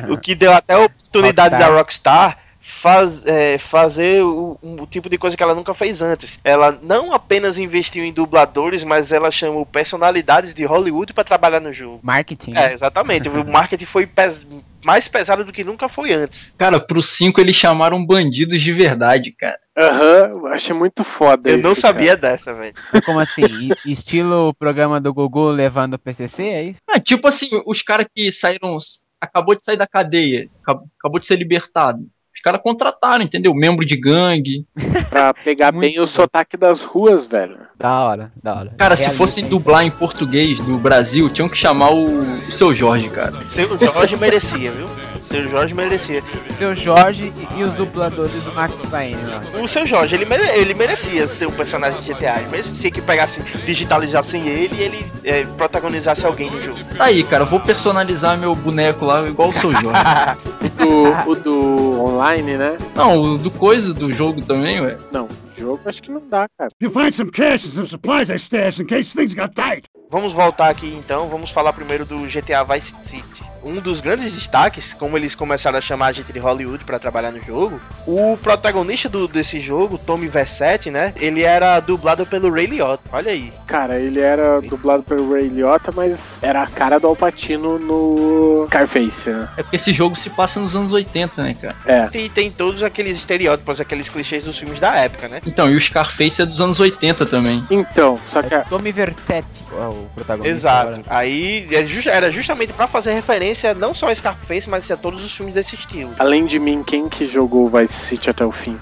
[SPEAKER 2] o que deu até a oportunidade da Rockstar faz- é, fazer o, um tipo de coisa que ela nunca fez antes. Ela não apenas investiu em dubladores, mas ela chamou personalidades de Hollywood para trabalhar no jogo.
[SPEAKER 1] Marketing.
[SPEAKER 2] É, exatamente. O marketing foi pes- mais pesado do que nunca foi antes.
[SPEAKER 4] Cara, pro 5 eles chamaram bandidos de verdade, cara.
[SPEAKER 3] cara. Aham, eu achei muito foda.
[SPEAKER 2] Eu
[SPEAKER 3] isso,
[SPEAKER 2] não
[SPEAKER 3] cara.
[SPEAKER 2] sabia dessa, velho.
[SPEAKER 1] Como assim? E- estilo programa do Gugu levando o PCC, é isso?
[SPEAKER 4] Ah, tipo assim, os caras que saíram. Acabou de sair da cadeia, acab- acabou de ser libertado. Os caras contrataram, entendeu? Membro de gangue.
[SPEAKER 3] Pra pegar
[SPEAKER 1] Muito
[SPEAKER 3] bem o
[SPEAKER 1] bom.
[SPEAKER 3] sotaque das ruas, velho.
[SPEAKER 1] Da hora, da hora.
[SPEAKER 4] Cara, se
[SPEAKER 1] Realista,
[SPEAKER 4] fossem
[SPEAKER 1] hein?
[SPEAKER 4] dublar em português do Brasil, tinham que chamar o, o seu Jorge, cara.
[SPEAKER 2] Seu Jorge merecia, viu? Seu Jorge merecia.
[SPEAKER 1] Seu Jorge e- e os dubladores do Max Payne, lá.
[SPEAKER 2] O seu Jorge, ele, mere- ele merecia ser um personagem de GTA. Ele merecia que pegasse, digitalizassem ele e ele é, protagonizasse alguém no jogo.
[SPEAKER 4] Tá aí, cara, vou personalizar meu boneco lá igual o seu Jorge.
[SPEAKER 3] Do, o do online, né?
[SPEAKER 4] Não, o do coisa do jogo também, ué.
[SPEAKER 3] Não, jogo acho que não dá, cara.
[SPEAKER 7] You'll find some cash and some supplies I stashed in case things got tight.
[SPEAKER 2] Vamos voltar aqui então, vamos falar primeiro do GTA Vice City. Um dos grandes destaques, como eles começaram a chamar a gente de Hollywood pra trabalhar no jogo, o protagonista do, desse jogo, Tommy Versetti, né? Ele era dublado pelo Ray Liotta. Olha aí.
[SPEAKER 3] Cara, ele era dublado pelo Ray Liotta, mas era a cara do Alpatino no Carface, né?
[SPEAKER 4] É porque esse jogo se passa nos anos 80, né, cara?
[SPEAKER 3] É,
[SPEAKER 2] E tem todos aqueles estereótipos, aqueles clichês dos filmes da época, né?
[SPEAKER 4] Então, e o Scarface é dos anos 80 também.
[SPEAKER 3] então, só que a-
[SPEAKER 1] Tommy Versetti, ó, o protagonista.
[SPEAKER 2] Exato.
[SPEAKER 1] agora.
[SPEAKER 2] Aí é ju- era justamente pra fazer referência não só a Scarface, mas a todos os filmes desse estilo.
[SPEAKER 3] além de mim, quem que jogou o Vice City até o fim?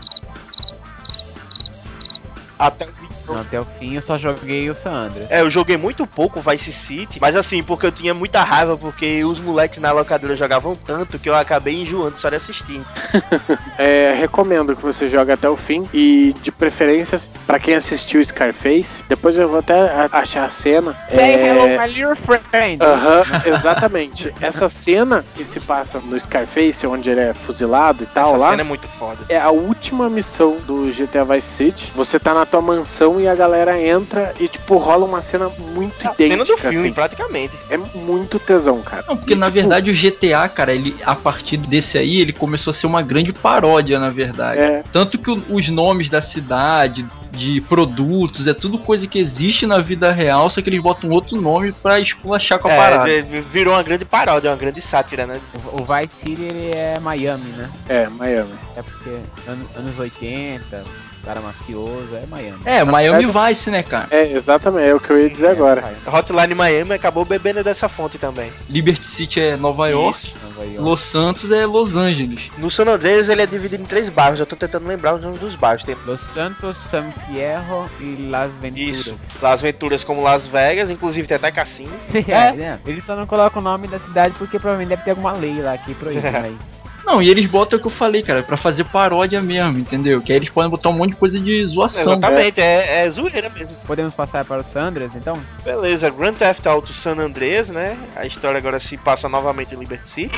[SPEAKER 2] Até o
[SPEAKER 1] Não, até o fim eu só joguei o Sandra.
[SPEAKER 2] É, eu joguei muito pouco Vice City, mas assim, porque eu tinha muita raiva, porque os moleques na locadora jogavam tanto que eu acabei enjoando só de assistir.
[SPEAKER 3] É, recomendo que você jogue até o fim e de preferência pra quem assistiu Scarface, depois eu vou até a- achar a cena.
[SPEAKER 1] Say
[SPEAKER 3] é,
[SPEAKER 1] hello, my little friend.
[SPEAKER 3] Aham, exatamente. Essa cena que se passa no Scarface, onde ele é fuzilado e tal
[SPEAKER 2] Essa
[SPEAKER 3] lá.
[SPEAKER 2] cena é muito foda.
[SPEAKER 3] É a última missão do GTA Vice City. Você tá na tua mansão e a galera entra e, tipo, rola uma cena muito
[SPEAKER 2] A
[SPEAKER 3] idêntica.
[SPEAKER 2] cena do filme,
[SPEAKER 3] assim.
[SPEAKER 2] praticamente.
[SPEAKER 3] É muito tesão, cara.
[SPEAKER 4] Não, porque na verdade o GTA, cara, ele a partir desse aí, ele começou a ser uma grande paródia, na verdade.
[SPEAKER 3] É,
[SPEAKER 4] Tanto que o- os nomes da cidade, de produtos, é tudo coisa que existe na vida real, só que eles botam outro nome pra esculachar com a parada.
[SPEAKER 2] É, vi- virou uma grande paródia, uma grande sátira, né?
[SPEAKER 1] O, o Vice City, ele é Miami, né?
[SPEAKER 3] é, Miami.
[SPEAKER 1] É porque ano- anos 80, o cara mafioso, é Miami.
[SPEAKER 4] É, Miami Vice, né, cara?
[SPEAKER 3] É, exatamente, é o que eu ia dizer agora.
[SPEAKER 2] Hotline Miami acabou bebendo dessa fonte também.
[SPEAKER 4] Liberty City é Nova York,
[SPEAKER 2] Isso.
[SPEAKER 1] Nova York.
[SPEAKER 4] Los Santos é Los Angeles.
[SPEAKER 2] No San Andreas ele é dividido em três bairros, eu tô tentando lembrar os nomes dos bairros. Tem
[SPEAKER 1] Los Santos, San Fierro e Las Venturas.
[SPEAKER 2] Isso. Las Venturas como Las Vegas, inclusive tem até cassino.
[SPEAKER 1] É, né? Eles só não colocam o nome da cidade porque provavelmente deve ter alguma lei lá que proíbe, mas...
[SPEAKER 4] Não, e eles botam o que eu falei, cara, pra fazer paródia mesmo, entendeu? Que aí eles podem botar um monte de coisa de zoação.
[SPEAKER 2] Exatamente, é, é zoeira mesmo.
[SPEAKER 1] Podemos passar para o Sandras, então?
[SPEAKER 2] Beleza, Grand Theft Auto San Andreas, né? A história agora se passa novamente em Liberty City.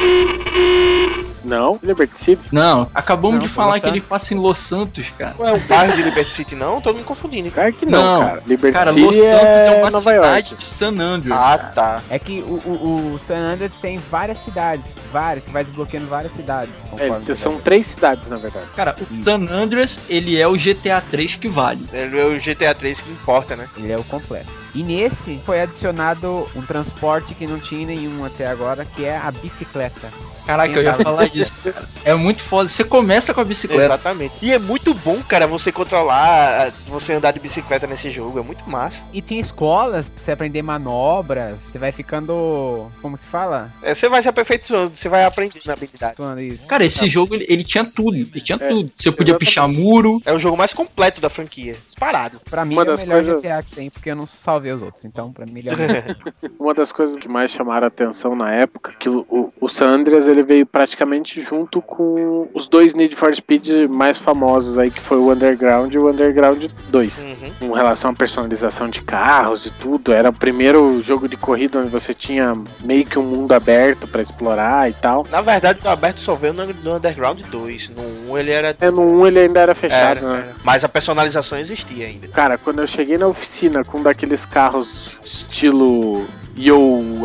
[SPEAKER 3] Não, Liberty City.
[SPEAKER 4] Não, acabamos
[SPEAKER 1] Não,
[SPEAKER 4] de falar
[SPEAKER 1] Los
[SPEAKER 4] que ele passa em Los Santos, cara.
[SPEAKER 2] Não é o bairro de Liberty City, não? Tô me confundindo, cara.
[SPEAKER 3] Claro que não,
[SPEAKER 4] Não,
[SPEAKER 3] cara. Liberty
[SPEAKER 4] Cara,
[SPEAKER 3] City
[SPEAKER 4] Los Santos
[SPEAKER 3] é,
[SPEAKER 4] é, uma
[SPEAKER 3] Nova
[SPEAKER 4] cidade
[SPEAKER 3] York.
[SPEAKER 4] de San Andreas.
[SPEAKER 2] Ah, tá.
[SPEAKER 1] É que o, o, o San Andreas tem várias cidades, várias, que vai desbloqueando várias cidades. conforme
[SPEAKER 3] É,
[SPEAKER 1] você
[SPEAKER 3] são
[SPEAKER 1] vai.
[SPEAKER 3] três cidades, na verdade.
[SPEAKER 4] Cara, o San Andreas, ele é o GTA 3 que vale.
[SPEAKER 2] É o GTA 3 que importa, né?
[SPEAKER 1] Ele é o completo. E nesse foi adicionado um transporte que não tinha nenhum até agora, que é a bicicleta.
[SPEAKER 4] Caraca, eu ia falar disso, cara. É muito foda. Você começa com a bicicleta.
[SPEAKER 2] Exatamente. E é muito bom, cara, você controlar, ah, você andar de bicicleta nesse jogo. É muito massa.
[SPEAKER 1] E tinha escolas pra você aprender manobras, você vai ficando. como que se fala?
[SPEAKER 2] É, você vai se aperfeiçoando, você vai aprendendo a habilidade.
[SPEAKER 1] Atuando isso.
[SPEAKER 4] Cara, esse jogo, ele, ele tinha tudo. Ele tinha
[SPEAKER 3] É,
[SPEAKER 4] tudo. Você podia
[SPEAKER 3] exatamente.
[SPEAKER 4] pichar muro.
[SPEAKER 2] É o jogo mais completo da franquia. Disparado.
[SPEAKER 1] Pra mim
[SPEAKER 3] Uma
[SPEAKER 1] é o
[SPEAKER 3] das
[SPEAKER 1] melhor
[SPEAKER 3] coisas-
[SPEAKER 1] GTA que tem, porque eu não salvei os outros. Então, pra mim, ele é o melhor.
[SPEAKER 3] Uma das coisas que mais chamaram a atenção na época, que o, o, o San Andreas ele veio praticamente junto com os dois Need for Speed mais famosos aí, que foi o Underground e o Underground 2.
[SPEAKER 2] Uhum.
[SPEAKER 3] Com relação à personalização de carros e tudo, era o primeiro jogo de corrida onde você tinha meio que um mundo aberto pra explorar e tal.
[SPEAKER 2] Na verdade, o Alberto só veio no, no Underground 2. No 1 ele era.
[SPEAKER 3] É, no 1 ele ainda era fechado,
[SPEAKER 2] era-
[SPEAKER 3] né?
[SPEAKER 2] era. Mas a personalização existia ainda.
[SPEAKER 3] Cara, quando eu cheguei na oficina com um daqueles carros estilo yo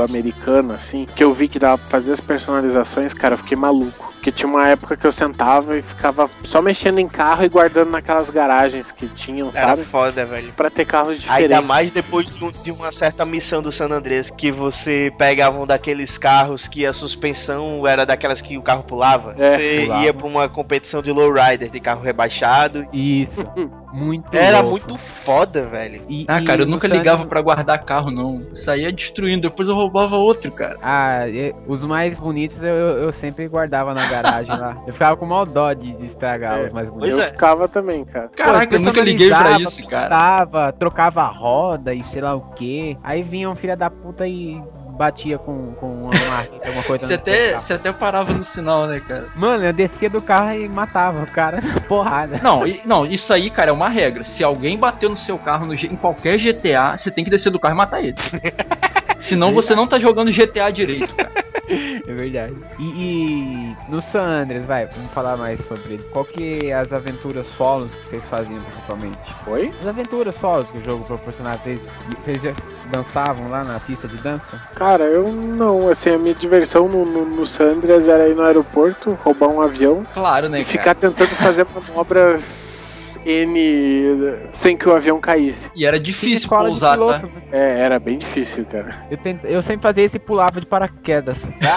[SPEAKER 3] americano, assim, que eu vi que dava pra fazer as personalizações, cara, eu fiquei maluco. Porque tinha uma época que eu sentava e ficava só mexendo em carro e guardando naquelas garagens que tinham,
[SPEAKER 2] Era
[SPEAKER 3] sabe?
[SPEAKER 2] foda, velho.
[SPEAKER 3] Pra ter carros diferentes.
[SPEAKER 2] Ainda mais depois de, um- de uma certa missão do San Andrés, que você pegava um daqueles carros que a suspensão era daquelas que o carro pulava.
[SPEAKER 3] É,
[SPEAKER 2] você
[SPEAKER 1] pulava.
[SPEAKER 2] ia pra uma competição de lowrider de carro rebaixado.
[SPEAKER 1] Isso. Muito
[SPEAKER 2] Era
[SPEAKER 1] louco.
[SPEAKER 2] muito foda, velho.
[SPEAKER 1] E-
[SPEAKER 4] Ah,
[SPEAKER 1] e
[SPEAKER 4] cara, eu
[SPEAKER 1] o
[SPEAKER 4] nunca
[SPEAKER 1] San-
[SPEAKER 4] ligava pra guardar carro, não. Saía destruindo. Depois eu roubava outro, cara.
[SPEAKER 1] Ah, e- os mais bonitos eu, eu, eu sempre guardava na garagem lá. Eu ficava com mal dó de, de estragar
[SPEAKER 3] É,
[SPEAKER 1] os mais bonitos.
[SPEAKER 2] Pois
[SPEAKER 3] Eu
[SPEAKER 2] é.
[SPEAKER 3] ficava também, cara.
[SPEAKER 4] Caraca,
[SPEAKER 1] Pô,
[SPEAKER 4] eu nunca liguei pra
[SPEAKER 1] personalizava,
[SPEAKER 4] isso, cara.
[SPEAKER 1] Tava, trocava a roda e sei lá o que. Aí vinha um filho da puta e batia com, com uma marreta, alguma coisa.
[SPEAKER 4] Você
[SPEAKER 1] no
[SPEAKER 4] até,
[SPEAKER 1] carro.
[SPEAKER 4] você até parava no sinal, né, cara?
[SPEAKER 1] Mano, eu descia do carro e matava o cara na porrada.
[SPEAKER 4] Não, e- não, isso aí, cara, é uma regra. Se alguém bateu no seu carro no G- em qualquer GTA, você tem que descer do carro e matar ele. Senão você não tá jogando GTA direito, cara.
[SPEAKER 1] É verdade. E, e no San Andreas, vai, vamos falar mais sobre ele. Qual que é as aventuras solos que vocês faziam principalmente?
[SPEAKER 3] Foi?
[SPEAKER 1] As aventuras solos que o jogo proporcionava, vocês, vocês já dançavam lá na pista de dança?
[SPEAKER 3] Cara, eu não, assim, a minha diversão no, no, no San Andreas era ir no aeroporto, roubar um avião
[SPEAKER 4] Claro, né,
[SPEAKER 3] e
[SPEAKER 4] cara?
[SPEAKER 3] ficar tentando fazer manobras N sem que o avião caísse.
[SPEAKER 4] E era
[SPEAKER 1] Fiz
[SPEAKER 4] difícil
[SPEAKER 1] escola de
[SPEAKER 4] pousar, tá?
[SPEAKER 1] piloto.
[SPEAKER 3] É, era bem difícil, cara.
[SPEAKER 1] Eu, tent- eu sempre fazia esse pulava de paraquedas.
[SPEAKER 4] E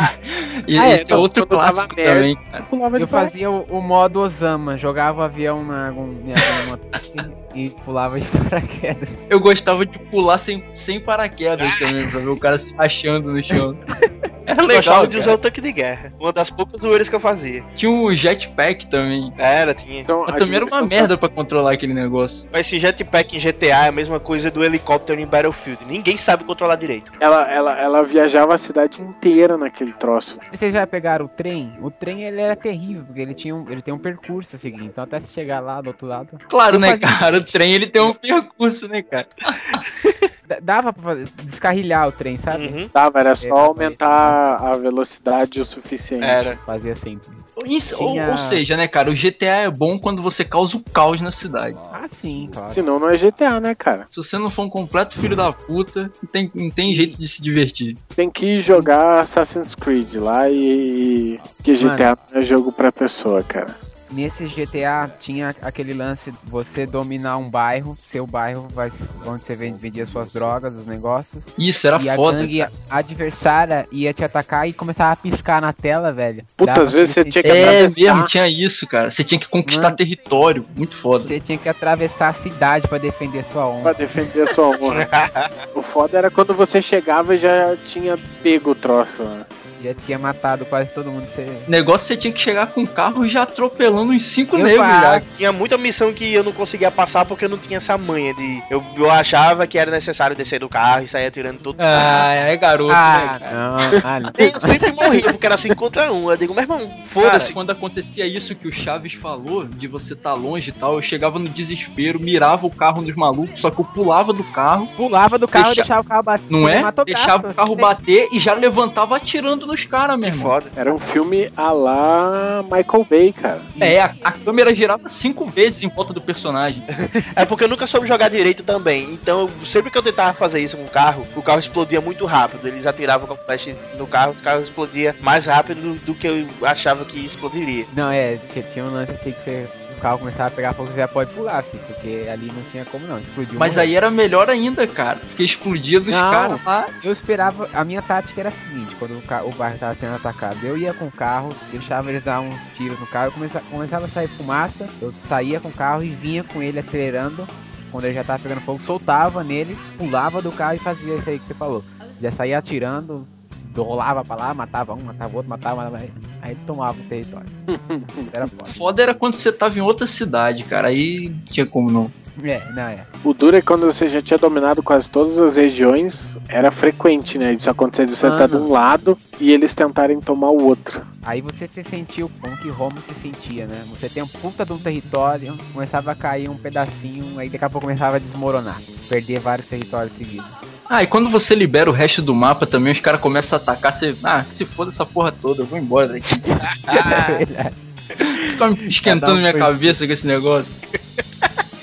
[SPEAKER 3] Ah, é,
[SPEAKER 4] esse é
[SPEAKER 3] não,
[SPEAKER 4] outro
[SPEAKER 3] quando eu tava
[SPEAKER 4] clássico
[SPEAKER 3] merda.
[SPEAKER 4] também, cara.
[SPEAKER 3] pulava
[SPEAKER 1] Eu fazia o, o modo Osama, jogava o avião na algum- em alguma e pulava de paraquedas.
[SPEAKER 4] Eu gostava de pular sem, sem paraquedas também, pra ver o cara se achando no chão. Era
[SPEAKER 2] Eu gostava
[SPEAKER 4] legal,
[SPEAKER 2] de
[SPEAKER 4] cara.
[SPEAKER 2] usar o tanque de guerra. Uma das poucas zoeiras que eu fazia.
[SPEAKER 4] Tinha um jetpack também.
[SPEAKER 2] Era, tinha.
[SPEAKER 3] Então,
[SPEAKER 4] Mas também era uma merda pra controlar aquele negócio.
[SPEAKER 2] Mas esse jetpack em GTA é a mesma coisa do helicóptero em Battlefield. Ninguém sabe controlar direito.
[SPEAKER 3] Ela, ela, ela viajava a cidade inteira naquele troço.
[SPEAKER 1] E Vocês já pegaram o trem? O trem ele era terrível, porque ele, tinha um, ele tem um percurso a seguir. Então até se chegar lá do outro lado.
[SPEAKER 4] Claro,
[SPEAKER 1] Eu
[SPEAKER 4] né,
[SPEAKER 1] fazia-
[SPEAKER 4] cara? O trem ele tem um percurso, né, cara?
[SPEAKER 1] d- Dava pra fazer- descarrilhar o trem, sabe?
[SPEAKER 2] Uhum.
[SPEAKER 3] Tava, era
[SPEAKER 1] É,
[SPEAKER 3] só
[SPEAKER 1] tá
[SPEAKER 3] aumentar a velocidade o suficiente.
[SPEAKER 2] Era.
[SPEAKER 1] Fazia assim. sempre.
[SPEAKER 4] Isso- ou-
[SPEAKER 1] Tinha-
[SPEAKER 4] ou seja, né, cara, o GTA é bom quando você causa o caos na cidade.
[SPEAKER 1] Ah, sim, claro.
[SPEAKER 3] Senão não é GTA, né, cara?
[SPEAKER 4] Se você não for um completo filho da puta, não tem, não tem jeito de se divertir.
[SPEAKER 3] Tem que ir jogar Assassin's Creed lá e. e- Que GTA não é jogo pra pessoa, cara.
[SPEAKER 1] Nesse GTA tinha aquele lance de você dominar um bairro, seu bairro vai onde você vende- vendia suas drogas, os negócios.
[SPEAKER 4] Isso
[SPEAKER 3] Tá
[SPEAKER 4] era
[SPEAKER 1] e a
[SPEAKER 4] foda.
[SPEAKER 1] gangue adversária ia te atacar e começava a piscar na tela, velho.
[SPEAKER 3] Puta,
[SPEAKER 1] Dava
[SPEAKER 3] às vezes
[SPEAKER 1] pra
[SPEAKER 3] você tinha que
[SPEAKER 4] É
[SPEAKER 3] atravessar.
[SPEAKER 4] mesmo, tinha isso, cara. Você tinha que conquistar
[SPEAKER 1] assim, né? Mano.
[SPEAKER 4] território. Muito foda.
[SPEAKER 1] Você tinha que atravessar a cidade pra defender sua
[SPEAKER 3] Pra
[SPEAKER 1] honra.
[SPEAKER 3] defender a sua honra. o foda era quando você chegava e já tinha pego o troço. né?
[SPEAKER 1] Já tinha matado quase todo mundo. Você...
[SPEAKER 4] é O negócio você tinha que chegar com o um carro já atropelando rolando uns cinco
[SPEAKER 1] Eu
[SPEAKER 4] negros já.
[SPEAKER 1] faço.
[SPEAKER 2] Tinha muita missão que eu não conseguia passar porque eu não tinha essa manha de. Eu, eu achava que era necessário descer do carro e sair atirando todo
[SPEAKER 4] Ah, é garoto, né, cara?
[SPEAKER 1] Não, ah,
[SPEAKER 2] E Eu sempre morria, porque era 5 contra 1. Eu digo, meu irmão,
[SPEAKER 4] Foda-se.
[SPEAKER 2] foda-se.
[SPEAKER 4] Quando acontecia isso que o Chaves falou, de você tá longe e tal, eu chegava no desespero, mirava o carro dos malucos, só que eu pulava do carro,
[SPEAKER 1] Pulava do carro e
[SPEAKER 4] Deixa-
[SPEAKER 1] deixava o carro bater.
[SPEAKER 4] não é?
[SPEAKER 1] Matou
[SPEAKER 4] Deixava o carro bater e já levantava atirando nos caras, meu
[SPEAKER 2] Que
[SPEAKER 4] irmão.
[SPEAKER 2] foda.
[SPEAKER 3] Era um filme a lá Michael Bay, cara.
[SPEAKER 4] É, a, a câmera girava cinco vezes em volta do personagem.
[SPEAKER 2] É porque eu nunca soube jogar direito também. Então, eu- sempre que eu tentava fazer isso com o carro, o carro explodia muito rápido. Eles atiravam com flash no carro, os carros explodia mais rápido do que eu achava que explodiria.
[SPEAKER 1] Não, é, tinha, tinha um lance assim que você, o carro começava a pegar fogo, você já pode pular, filho, porque ali não tinha como não, explodiu. um
[SPEAKER 4] Mas
[SPEAKER 1] morreu.
[SPEAKER 4] aí era melhor ainda, cara, porque explodia dos
[SPEAKER 1] Não.
[SPEAKER 4] caras lá.
[SPEAKER 1] Eu esperava, a minha tática era a seguinte, quando o, ca- o bairro tava sendo atacado, eu ia com o carro, deixava eles dar uns tiros no carro, eu começa- começava a sair fumaça, eu saía com o carro e vinha com ele acelerando, quando ele já tava pegando fogo, soltava neles, pulava do carro e fazia isso aí que você falou. Já saía atirando, rolava pra lá, matava um, matava outro, matava, aí- aí tomava o território. Era foda.
[SPEAKER 4] Foda era quando você tava em outra cidade, cara. Aí tinha como não.
[SPEAKER 1] É, não, é.
[SPEAKER 3] O duro é quando você já tinha dominado quase todas as regiões, era frequente, né? Isso acontecer de você
[SPEAKER 1] Mano.
[SPEAKER 3] estar de um lado e eles tentarem tomar o outro.
[SPEAKER 1] Aí você se sentiu como que Roma se sentia, né? Você tem um puta de um território, começava a cair um pedacinho, aí daqui a pouco começava a desmoronar, perder vários territórios seguidos.
[SPEAKER 4] Ah, e quando você libera o resto do mapa também, os caras começam a atacar, você. Ah, que se foda essa porra toda, eu vou embora daqui.
[SPEAKER 2] Ah.
[SPEAKER 1] É verdade,
[SPEAKER 4] Fica me esquentando
[SPEAKER 1] Cada um
[SPEAKER 4] minha
[SPEAKER 1] foi-
[SPEAKER 4] cabeça com esse negócio.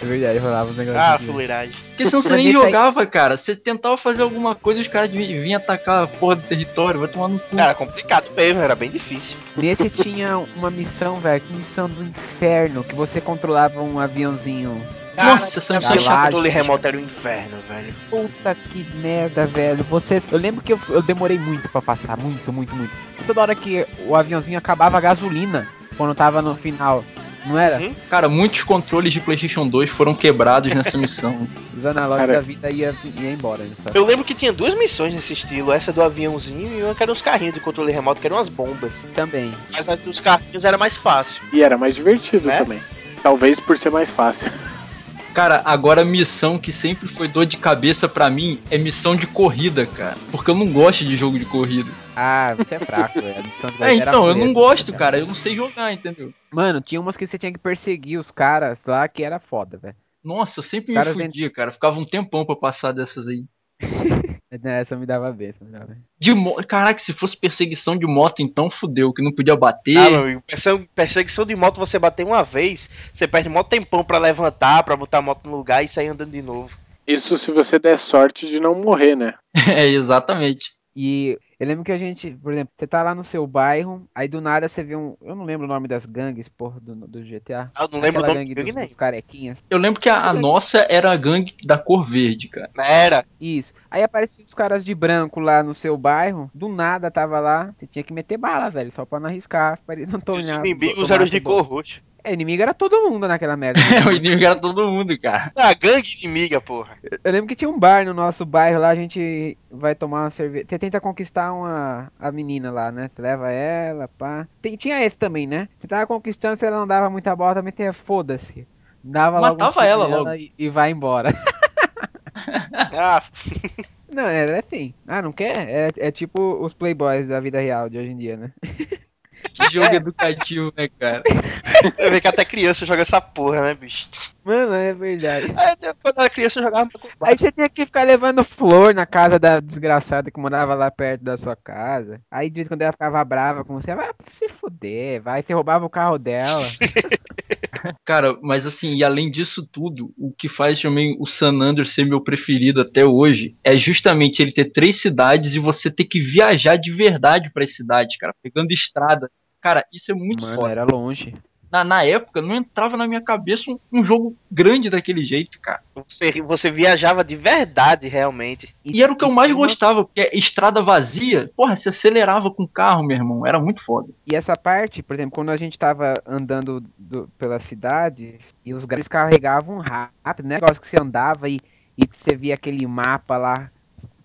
[SPEAKER 1] é verdade, rolava uns negócios.
[SPEAKER 2] Ah,
[SPEAKER 1] assim.
[SPEAKER 2] fuleiragem.
[SPEAKER 4] Porque senão você nem jogava, cara. Você tentava fazer alguma coisa e os caras vi- vinham atacar a porra do território, vai tomar no cu.
[SPEAKER 2] Era complicado mesmo, era bem difícil.
[SPEAKER 1] Nesse tinha uma missão, velho, que missão do inferno, que você controlava um aviãozinho.
[SPEAKER 4] Nossa, essa é
[SPEAKER 2] Cara, é
[SPEAKER 1] missão-
[SPEAKER 2] o controle remoto era o inferno, velho.
[SPEAKER 1] Puta que merda, velho. Você. Eu lembro que eu, eu demorei muito pra passar, muito, muito, muito. Toda hora que o aviãozinho acabava a gasolina, quando tava no final, não era?
[SPEAKER 4] Cara, muitos controles de PlayStation 2 foram quebrados nessa missão.
[SPEAKER 1] Os analógicos
[SPEAKER 3] Cara.
[SPEAKER 1] da vida ia, ia embora, né, sabe?
[SPEAKER 2] Eu lembro que tinha duas missões nesse estilo, essa do aviãozinho e uma que era os carrinhos de controle remoto, que eram umas bombas.
[SPEAKER 1] Também.
[SPEAKER 2] Mas as dos carrinhos era mais fácil.
[SPEAKER 3] E era mais divertido
[SPEAKER 2] Né?
[SPEAKER 3] também. Talvez por ser mais fácil.
[SPEAKER 4] Cara, agora a missão que sempre foi dor de cabeça pra mim é missão de corrida, cara. Porque eu não gosto de jogo de corrida.
[SPEAKER 1] Ah, você é fraco, velho. A missão de
[SPEAKER 4] É,
[SPEAKER 1] Goiás era
[SPEAKER 4] então, eu
[SPEAKER 1] moleza,
[SPEAKER 4] não gosto,
[SPEAKER 1] né,
[SPEAKER 4] cara. Eu não sei jogar, entendeu?
[SPEAKER 1] Mano, tinha umas que você tinha que perseguir os caras lá que era foda, velho.
[SPEAKER 4] Nossa, eu sempre me
[SPEAKER 1] Cara,
[SPEAKER 4] fudia, cara. Ficava um tempão pra passar dessas aí.
[SPEAKER 1] Essa me dava bem, essa me dava bem.
[SPEAKER 4] De mo... Caraca, se fosse perseguição de moto, então fudeu, que não podia bater.
[SPEAKER 2] Ah, meu amigo, perse- perseguição de moto você bater uma vez, você perde mó tempão pra levantar, pra botar a moto no lugar e sair andando de novo.
[SPEAKER 3] Isso se você der sorte de não morrer, né?
[SPEAKER 4] é, exatamente.
[SPEAKER 1] E eu lembro que a gente, por exemplo, você tá lá no seu bairro, aí do nada você vê um. Eu não lembro o nome das gangues, porra, do, do GTA.
[SPEAKER 2] Ah, Eu não lembro
[SPEAKER 1] Aquela
[SPEAKER 2] o nome
[SPEAKER 1] gangue
[SPEAKER 2] do
[SPEAKER 1] dos,
[SPEAKER 2] nem.
[SPEAKER 1] dos carequinhas.
[SPEAKER 4] Eu lembro que a, a nossa era a gangue da cor verde, cara.
[SPEAKER 2] Era.
[SPEAKER 1] Isso. Aí apareciam os caras de branco lá no seu bairro, do nada tava lá, você tinha que meter bala, velho, só pra não arriscar, pra eles não
[SPEAKER 2] E Os
[SPEAKER 1] tomar.
[SPEAKER 2] inimigos
[SPEAKER 1] tomar
[SPEAKER 2] eram os de
[SPEAKER 1] essa
[SPEAKER 2] cor
[SPEAKER 1] bomba.
[SPEAKER 2] roxo.
[SPEAKER 1] É, inimigo era todo mundo naquela merda.
[SPEAKER 4] É, o inimigo era todo mundo, cara.
[SPEAKER 2] Ah, gangue inimiga, porra.
[SPEAKER 1] Eu lembro que tinha um bar no nosso bairro lá, a gente vai tomar uma cerveja. Você tenta conquistar uma a menina lá, né? Você leva ela, pá. Tem- tinha esse também, né? Você tava conquistando, se ela não dava muita bola, também tem foda-se. Dava logo um
[SPEAKER 4] Matava
[SPEAKER 1] tiro
[SPEAKER 4] ela
[SPEAKER 1] nela
[SPEAKER 4] logo.
[SPEAKER 1] E, e vai embora.
[SPEAKER 2] Ah,
[SPEAKER 1] Não, era assim. Ah, não quer? É, é tipo os playboys da vida real de hoje em dia, né?
[SPEAKER 4] Que jogo educativo, né, cara?
[SPEAKER 2] você vê que até criança joga essa porra, né, bicho?
[SPEAKER 1] Mano, é verdade.
[SPEAKER 2] Ah, eu- Quando eu era criança eu jogava com
[SPEAKER 1] Aí você tinha que ficar levando flor na casa da desgraçada que morava lá perto da sua casa. Aí de vez em quando ela ficava brava com você, vai se fuder, vai, você roubava o carro dela.
[SPEAKER 4] Cara, mas assim, e além disso tudo, o que faz também o San Andreas ser meu preferido até hoje é justamente ele ter três cidades e você ter que viajar de verdade para as cidades, cara, pegando estrada. Cara, isso é muito
[SPEAKER 1] Mano,
[SPEAKER 4] foda.
[SPEAKER 1] era longe.
[SPEAKER 4] Na, na época, não entrava na minha cabeça um, um jogo grande daquele jeito, cara.
[SPEAKER 2] você, você viajava de verdade, realmente.
[SPEAKER 4] E era o que eu mais
[SPEAKER 1] tinha uma-
[SPEAKER 4] gostava, porque é estrada vazia, porra, você acelerava com o carro, meu irmão, era muito foda.
[SPEAKER 1] E essa parte, por exemplo, quando a gente tava andando do- pelas cidades e os garis carregavam rápido, né? Negócio que você andava e, e você via aquele mapa lá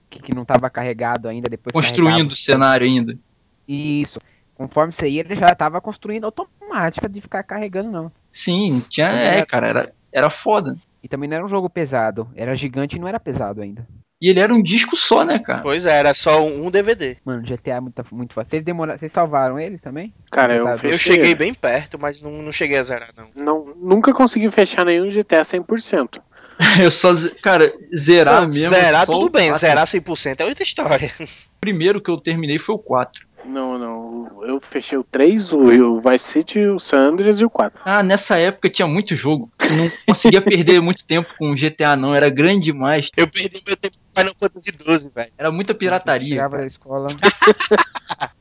[SPEAKER 1] que, que não tava carregado ainda, depois
[SPEAKER 4] Construindo o
[SPEAKER 1] carregava.
[SPEAKER 4] cenário ainda.
[SPEAKER 1] Isso. Conforme você ia, ele já tava construindo automático automática de ficar carregando, não.
[SPEAKER 4] Sim, tinha. É, cara, era, era foda.
[SPEAKER 1] E também não era um jogo pesado. Era gigante e não era pesado ainda.
[SPEAKER 4] E ele era um disco só, né, cara?
[SPEAKER 2] Pois é, era só um um DVD.
[SPEAKER 1] Mano, GTA é muito, muito fácil. Vocês demoraram. Vocês salvaram ele também?
[SPEAKER 3] Cara, eu,
[SPEAKER 1] Eu
[SPEAKER 2] Eu
[SPEAKER 3] fechei-
[SPEAKER 2] cheguei bem perto, mas não, não cheguei a zerar, não.
[SPEAKER 3] Não, nunca consegui fechar nenhum GTA 100%.
[SPEAKER 4] Eu só. ze- Cara,
[SPEAKER 2] Não,
[SPEAKER 4] zerar mesmo.
[SPEAKER 2] zerar
[SPEAKER 4] só
[SPEAKER 2] tudo
[SPEAKER 4] o
[SPEAKER 2] bem,
[SPEAKER 4] quatro.
[SPEAKER 2] zerar 100% é outra história.
[SPEAKER 4] O primeiro que eu terminei foi o 4.
[SPEAKER 3] Não, não. Eu fechei o 3, o, o Vice City, o San Andreas e o 4.
[SPEAKER 4] Ah, nessa época tinha muito jogo. Eu não conseguia perder muito tempo com o GTA, não. Era grande demais.
[SPEAKER 2] Eu perdi meu tempo com Final Fantasy XII, velho.
[SPEAKER 4] Era muita pirataria.
[SPEAKER 1] Chegava da escola.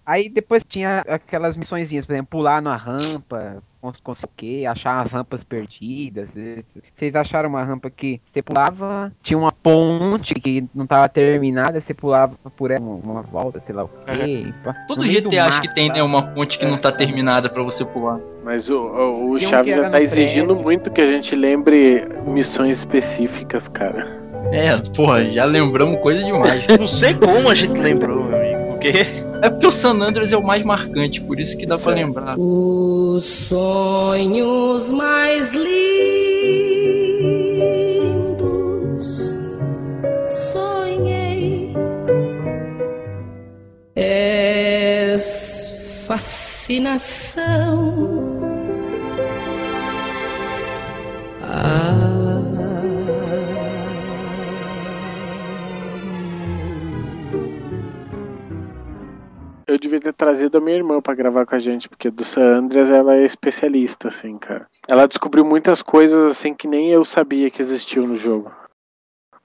[SPEAKER 1] Aí depois tinha aquelas missõezinhas, por exemplo, pular numa rampa, cons- conseguir achar as rampas perdidas. Esse- Vocês acharam uma rampa que você pulava, tinha uma ponte que não tava terminada, você pulava por ela uma, uma volta, sei lá o quê. pá.
[SPEAKER 4] É. Todo
[SPEAKER 1] No meio do
[SPEAKER 4] GTA acho
[SPEAKER 1] mato,
[SPEAKER 4] que tem, né?
[SPEAKER 1] sabe?
[SPEAKER 4] Uma ponte que não tá terminada pra você pular.
[SPEAKER 3] Mas o, o, o
[SPEAKER 1] Tinha um
[SPEAKER 3] Chaves
[SPEAKER 1] que era
[SPEAKER 3] já tá
[SPEAKER 1] no
[SPEAKER 3] exigindo
[SPEAKER 1] prédio.
[SPEAKER 3] muito que a gente lembre missões específicas, cara.
[SPEAKER 4] É, porra, já lembramos coisa demais.
[SPEAKER 2] Não sei como a gente lembrou, meu amigo. Porque
[SPEAKER 4] É porque o San Andreas é o mais marcante, por isso que dá pra
[SPEAKER 3] Certo.
[SPEAKER 4] lembrar.
[SPEAKER 8] Os sonhos mais lindos sonhei. És fascinação. Ah.
[SPEAKER 3] Eu devia ter trazido a minha irmã pra gravar com a gente, porque do San Andreas ela é especialista, assim, cara. Ela descobriu muitas coisas, assim, que nem eu sabia que existiam no jogo.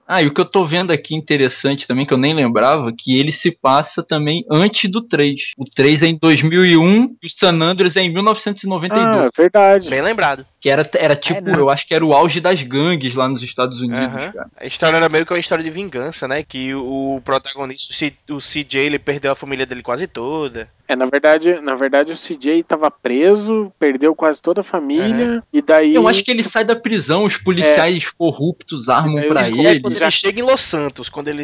[SPEAKER 4] Ah, e o que eu tô vendo aqui interessante também, que eu nem lembrava, que ele se passa também antes do 3. O 3 é em 2001 e o San Andreas é em 1992.
[SPEAKER 3] Ah, verdade.
[SPEAKER 2] bem lembrado.
[SPEAKER 4] Que era, era tipo,
[SPEAKER 1] É, né?
[SPEAKER 4] eu acho que era o auge das gangues lá nos Estados Unidos,
[SPEAKER 2] Aham.
[SPEAKER 4] cara.
[SPEAKER 2] A história era meio que uma história de vingança, né? Que o protagonista, o C- o CJ, ele perdeu a família dele quase toda.
[SPEAKER 3] É, na verdade, na verdade o CJ tava preso, perdeu quase toda a família, e daí.
[SPEAKER 4] Eu acho que ele sai da prisão, os policiais corruptos armam
[SPEAKER 3] Eu
[SPEAKER 4] pra
[SPEAKER 2] Isso
[SPEAKER 3] descobri
[SPEAKER 2] é
[SPEAKER 4] ele.
[SPEAKER 2] quando ele chega em Los Santos, quando ele,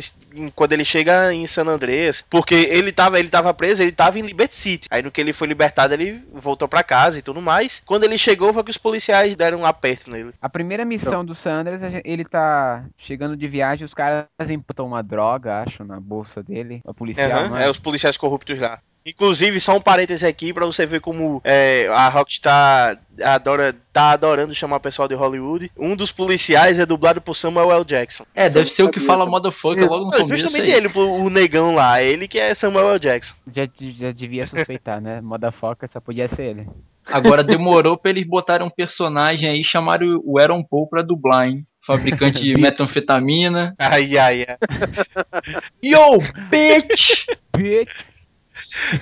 [SPEAKER 2] quando ele chega em San Andrés, porque ele tava, ele tava preso, ele tava em Liberty City. Aí no que ele foi libertado, ele voltou pra casa e tudo mais. Quando ele chegou, foi que os policiais deram um aperto nele.
[SPEAKER 1] A primeira missão do Sanders, ele tá chegando de viagem, os caras imputam uma droga, acho, na bolsa dele. A policial, né?
[SPEAKER 2] Aham,
[SPEAKER 1] não
[SPEAKER 2] é, os policiais corruptos lá. Inclusive, só um parêntese aqui pra você ver como é, a Rockstar adora, tá adorando chamar o pessoal de Hollywood. Um dos policiais é dublado por Samuel L. Jackson.
[SPEAKER 4] É, deve
[SPEAKER 3] Só
[SPEAKER 4] ser o que
[SPEAKER 3] sabia,
[SPEAKER 4] fala
[SPEAKER 3] tá?
[SPEAKER 4] motherfucker logo
[SPEAKER 2] Não,
[SPEAKER 4] no começo.
[SPEAKER 2] justamente
[SPEAKER 4] aí.
[SPEAKER 2] ele, o negão lá, ele que é Samuel L. Jackson.
[SPEAKER 1] Já, já devia suspeitar, né? Moda foca, só podia ser ele.
[SPEAKER 4] Agora demorou pra eles botarem um personagem aí e chamaram o Aaron Paul pra dublar, hein? Fabricante de metanfetamina.
[SPEAKER 2] Ai, ai, ai.
[SPEAKER 4] Yo, bitch!
[SPEAKER 1] Bitch!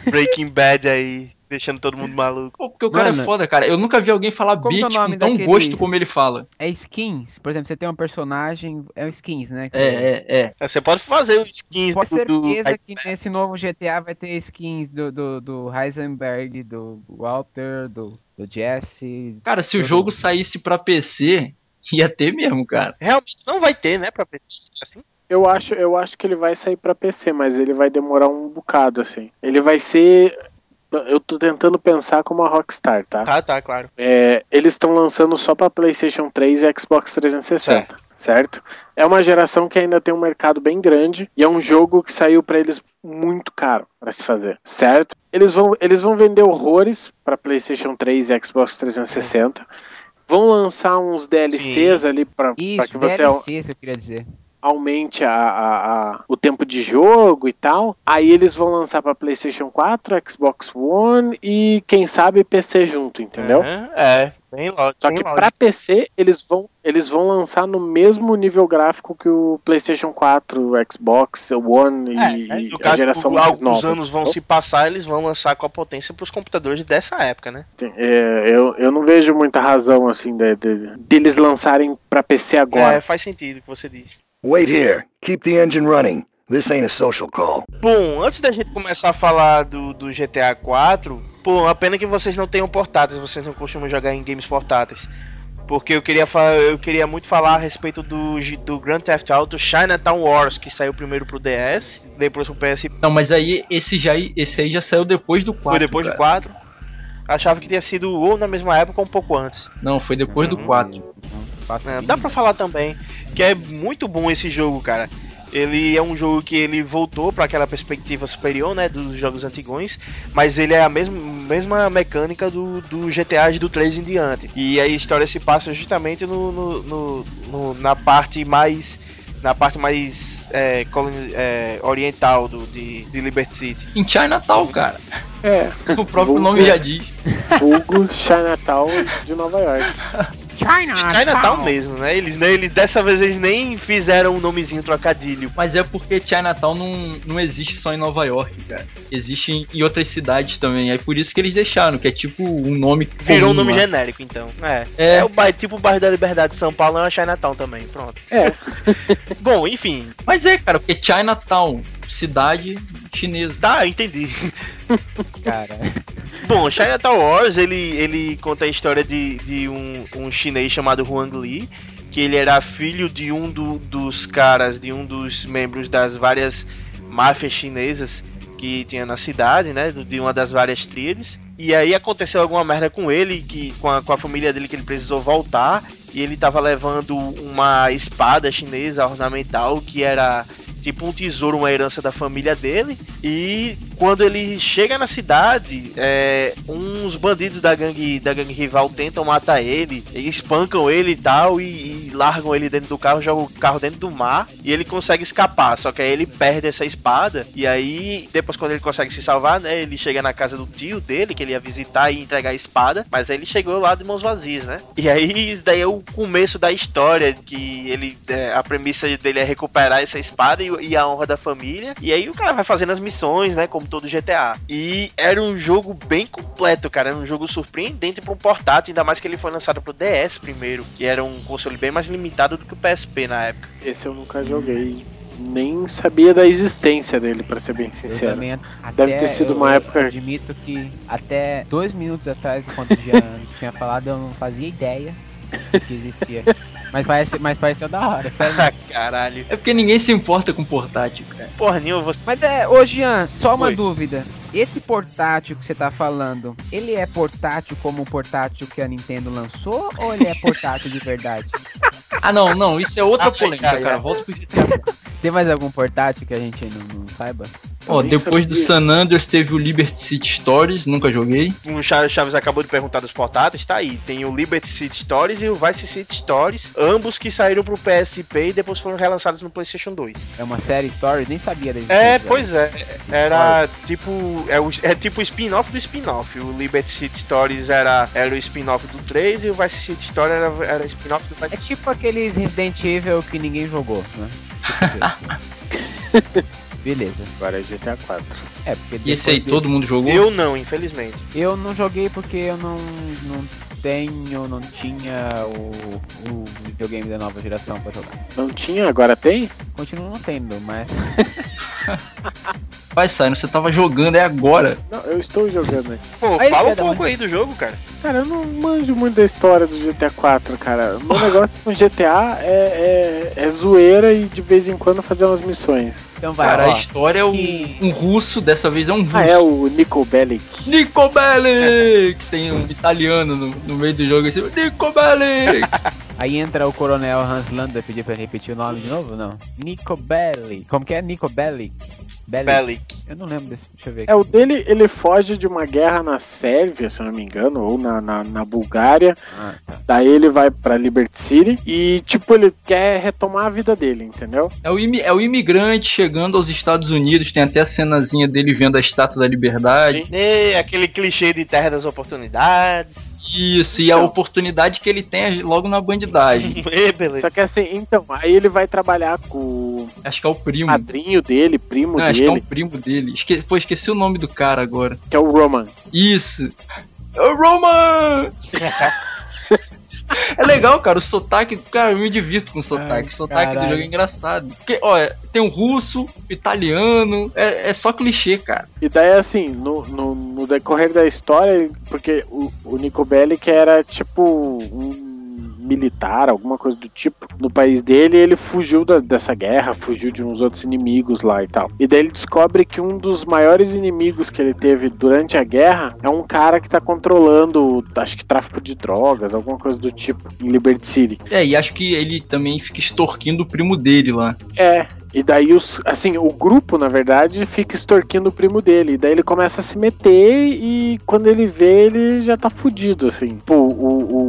[SPEAKER 2] Breaking Bad aí, deixando todo mundo maluco.
[SPEAKER 4] Pô, porque o cara
[SPEAKER 1] Mano,
[SPEAKER 4] é foda, cara. Eu nunca vi alguém falar
[SPEAKER 1] como que é
[SPEAKER 4] bitch
[SPEAKER 1] o
[SPEAKER 4] com
[SPEAKER 1] nome
[SPEAKER 4] tão
[SPEAKER 1] daqueles-
[SPEAKER 4] gosto como ele fala.
[SPEAKER 1] É skins. Por exemplo, você tem um personagem. É um skins, né?
[SPEAKER 4] É, é, é.
[SPEAKER 2] Você pode fazer os skins
[SPEAKER 1] Com
[SPEAKER 2] do, do-
[SPEAKER 1] certeza que nesse novo GTA vai ter skins do, do, do Heisenberg, do Walter, do, do Jesse.
[SPEAKER 4] Cara, se o
[SPEAKER 1] Todo
[SPEAKER 4] jogo
[SPEAKER 1] mundo.
[SPEAKER 4] saísse pra PC, ia ter mesmo, cara.
[SPEAKER 2] Realmente não vai ter, né, pra pessoas assim.
[SPEAKER 3] Eu acho, eu acho que ele vai sair pra PC, mas ele vai demorar um bocado, assim. Ele vai ser. Eu tô tentando pensar como a Rockstar, tá?
[SPEAKER 2] Tá, tá, claro.
[SPEAKER 3] É, eles estão lançando só pra PlayStation 3 e Xbox 360, certo. É uma geração que ainda tem um mercado bem grande e é um jogo que saiu pra eles muito caro pra se fazer, certo? Eles vão, eles vão vender horrores pra PlayStation 3 e Xbox 360. Vão lançar uns DLCs ali pra, pra
[SPEAKER 1] Isso,
[SPEAKER 3] que você é um
[SPEAKER 1] DLC, se eu queria dizer.
[SPEAKER 3] aumente a, a- a- o tempo de jogo e tal. Aí eles vão lançar pra PlayStation 4, Xbox One e quem sabe PC junto, entendeu?
[SPEAKER 2] Aham, É, bem lógico.
[SPEAKER 3] Só
[SPEAKER 2] bem
[SPEAKER 3] que
[SPEAKER 2] lógico.
[SPEAKER 3] pra PC eles vão eles vão lançar no mesmo nível gráfico que o PlayStation 4, Xbox One e,
[SPEAKER 2] É,
[SPEAKER 3] e
[SPEAKER 2] no
[SPEAKER 3] a
[SPEAKER 2] caso,
[SPEAKER 3] geração
[SPEAKER 2] alguns
[SPEAKER 3] mais nova.
[SPEAKER 2] anos vão se passar, eles vão lançar com a potência pros computadores dessa época, né?
[SPEAKER 3] Tem- é, eu, eu não vejo muita razão assim de- de- deles lançarem pra PC agora.
[SPEAKER 2] É, faz sentido o que você disse.
[SPEAKER 5] Wait here. Keep the engine running. This ain't a social call.
[SPEAKER 2] Bom, antes da gente começar a falar do, do GTA 4, pô, a pena que vocês não tenham portáteis, vocês não costumam jogar em games portáteis. Porque eu queria, fa- eu queria muito falar a respeito do, G- do Grand Theft Auto Chinatown Wars, que saiu primeiro pro DS, depois pro PS,
[SPEAKER 4] Não, mas aí esse, já, esse aí já saiu depois do 4.
[SPEAKER 2] foi depois do 4. achava que tinha sido ou na mesma época ou um pouco antes.
[SPEAKER 4] Não, foi depois do 4.
[SPEAKER 1] Faço
[SPEAKER 2] É, dá pra falar também que é muito bom esse jogo, cara. Ele é um jogo que ele voltou pra aquela perspectiva superior, né, dos jogos antigões, mas ele é a mesma, mesma mecânica do, do GTA do 3 em diante. E a história se passa justamente no, no- no- no- na parte mais na parte mais é, coloni- é, oriental do, de, de Liberty City.
[SPEAKER 4] Em Chinatown, cara.
[SPEAKER 3] É,
[SPEAKER 4] O próprio
[SPEAKER 3] Vou
[SPEAKER 4] nome
[SPEAKER 3] ver.
[SPEAKER 4] já diz.
[SPEAKER 3] vulgo Chinatown de Nova York.
[SPEAKER 1] China,
[SPEAKER 3] tá um
[SPEAKER 1] tá.
[SPEAKER 2] Chinatown mesmo, né? Eles, né, eles dessa vez eles nem fizeram um nomezinho trocadilho.
[SPEAKER 4] Mas é porque Chinatown não, não existe só em Nova York, cara. Existe em, em outras cidades também. É por isso que eles deixaram, que é tipo um nome.
[SPEAKER 2] Virou um
[SPEAKER 4] comum
[SPEAKER 2] nome
[SPEAKER 4] lá.
[SPEAKER 2] genérico, então. É.
[SPEAKER 4] É.
[SPEAKER 2] É, o bairro, tipo o bairro da Liberdade de São Paulo é uma Chinatown também, pronto.
[SPEAKER 3] É.
[SPEAKER 2] Bom, enfim,
[SPEAKER 4] Mas é, cara, porque Chinatown, cidade chinesa.
[SPEAKER 2] tá, eu entendi.
[SPEAKER 1] cara.
[SPEAKER 2] Bom, Chinatown Wars, ele, ele conta a história de, de um, um chinês chamado Huang Li, que ele era filho de um do- dos caras, de um dos membros das várias máfias chinesas que tinha na cidade, né, do- de uma das várias tríades. E aí aconteceu alguma merda com ele, que com a, com a família dele que ele precisou voltar, e ele tava levando uma espada chinesa ornamental que era tipo um tesouro, uma herança da família dele. E quando ele chega na cidade, é, uns bandidos da gangue, da gangue rival tentam matar ele, espancam ele e tal, e, e largam ele dentro do carro, jogam o carro dentro do mar, e ele consegue escapar. Só que aí ele perde essa espada, e aí, depois quando ele consegue se salvar, né, ele chega na casa do tio dele, que ele ia visitar e entregar a espada, mas aí ele chegou lá de mãos vazias, né? E aí, isso daí é o começo da história, que ele, é, a premissa dele é recuperar essa espada e, e a honra da família, e aí o cara vai fazendo as missões, né, como todo GTA. E era um jogo bem completo, cara, era um jogo surpreendente para um portátil, ainda mais que ele foi lançado pro DS primeiro, que era um console bem mais limitado do que o PSP na época.
[SPEAKER 3] Esse eu nunca joguei. Nem sabia da existência dele, pra ser bem
[SPEAKER 1] Eu
[SPEAKER 3] sincero.
[SPEAKER 1] também,
[SPEAKER 3] Deve
[SPEAKER 1] até
[SPEAKER 3] ter sido
[SPEAKER 1] eu
[SPEAKER 3] uma época-
[SPEAKER 1] Admito que até dois minutos atrás, quando o Jean tinha falado, eu não fazia ideia que existia. Mas, parece, mas pareceu da hora, sério.
[SPEAKER 2] Ah, Caralho.
[SPEAKER 4] É porque ninguém se importa com portátil, cara.
[SPEAKER 2] Porra, Nil, você
[SPEAKER 1] Mas é, ô Jean, só uma
[SPEAKER 2] Oi.
[SPEAKER 1] dúvida. Esse portátil que você tá falando, ele é portátil como o portátil que a Nintendo lançou ou ele é portátil de verdade?
[SPEAKER 4] Ah, não, não, isso é outra
[SPEAKER 2] Ah, sei,
[SPEAKER 4] polêmica,
[SPEAKER 2] cara,
[SPEAKER 4] cara.
[SPEAKER 2] é.
[SPEAKER 4] Volta pro GTA.
[SPEAKER 1] Tem mais algum portátil que a gente não, não saiba?
[SPEAKER 4] Ó,
[SPEAKER 3] nem
[SPEAKER 4] depois do
[SPEAKER 3] sabia.
[SPEAKER 4] San Andreas teve o Liberty City Stories, nunca joguei.
[SPEAKER 2] o Chaves um Chaves acabou de perguntar dos portáteis, tá aí. Tem o Liberty City Stories e o Vice City Stories, ambos que saíram pro PSP e depois foram relançados no PlayStation 2.
[SPEAKER 1] É uma série Stories? Nem sabia né? da existência.
[SPEAKER 2] É, pois é. Era tipo. É, o- é tipo o spin-off do spin-off. O Liberty City Stories era, era o spin-off do 3 e o Vice City Stories era, era spin-off do
[SPEAKER 1] É
[SPEAKER 2] Vice City.
[SPEAKER 1] tipo aqueles Resident Evil que ninguém jogou, né? Beleza.
[SPEAKER 3] Agora é GTA 4.
[SPEAKER 1] É, porque
[SPEAKER 4] E esse aí
[SPEAKER 1] depois de-
[SPEAKER 4] todo mundo jogou.
[SPEAKER 2] Eu não, infelizmente.
[SPEAKER 1] Eu não joguei porque eu não, não tenho, não tinha o, o videogame da nova geração pra jogar.
[SPEAKER 3] Não tinha, agora tem?
[SPEAKER 1] Continuo não tendo, mas
[SPEAKER 4] Vai, Simon, você tava jogando, é agora.
[SPEAKER 3] Não, eu estou jogando aqui.
[SPEAKER 2] Pô,
[SPEAKER 1] Aí,
[SPEAKER 2] fala um
[SPEAKER 1] filha da
[SPEAKER 2] pouco aí do jogo, cara.
[SPEAKER 3] Cara, eu não manjo muito da história do GTA 4, cara. O meu negócio com GTA é, é, é zoeira e de vez em quando fazer umas missões.
[SPEAKER 1] então vai.
[SPEAKER 4] Cara,
[SPEAKER 1] ó.
[SPEAKER 4] a história é um,
[SPEAKER 1] que-
[SPEAKER 4] um russo, dessa vez é um russo.
[SPEAKER 3] Ah, é o Nicol Bellic.
[SPEAKER 4] Nico Bellic! Que tem um italiano no, no meio do jogo assim, Nico Bellic!
[SPEAKER 1] Aí entra o coronel Hans Lander pedir pra eu repetir o nome de novo, não? Nico Belli. Como que é Nico Belli? Belli.
[SPEAKER 2] Bellic.
[SPEAKER 1] Eu não lembro desse. Deixa eu ver.
[SPEAKER 3] É, o dele, ele foge de uma guerra na Sérvia, se eu não me engano, ou na, na, na Bulgária.
[SPEAKER 1] Ah, tá.
[SPEAKER 3] Daí ele vai pra Liberty City e, tipo, ele quer retomar a vida dele, entendeu?
[SPEAKER 4] É o, imi- é o imigrante chegando aos Estados Unidos, tem até a cenazinha dele vendo a Estátua da Liberdade.
[SPEAKER 2] E É, aquele clichê de Terra das Oportunidades.
[SPEAKER 4] Isso, e a oportunidade que ele tem é logo na bandidagem.
[SPEAKER 2] E É, beleza.
[SPEAKER 3] Só que assim, então, aí ele vai trabalhar com o
[SPEAKER 4] Acho que é o primo.
[SPEAKER 3] padrinho dele, primo
[SPEAKER 4] Não, acho que é um
[SPEAKER 3] dele,
[SPEAKER 4] primo dele. Esque... Pô, esqueci o nome do cara agora.
[SPEAKER 3] que é o Roman.
[SPEAKER 4] Isso! É o Roman! É legal, cara, o sotaque, cara, eu me divirto com o sotaque. o sotaque do
[SPEAKER 1] caralho.
[SPEAKER 4] jogo é engraçado. Porque, olha, tem um russo, italiano, é, é só clichê, cara.
[SPEAKER 3] E daí, assim, no, no, no decorrer da história, porque o, o Nico Bellic era, tipo, um militar, alguma coisa do tipo, no país dele. E ele fugiu da- dessa guerra, fugiu de uns outros inimigos lá e tal. E daí ele descobre que um dos maiores inimigos que ele teve durante a guerra é um cara que tá controlando, acho que tráfico de drogas, alguma coisa do tipo, em Liberty City.
[SPEAKER 4] É, e acho que ele também fica extorquindo o primo dele lá.
[SPEAKER 3] É. E daí, os, assim, o grupo, na verdade, fica extorquindo o primo dele. E daí ele começa a se meter e quando ele vê, ele já tá fudido, assim. Pô, o, o,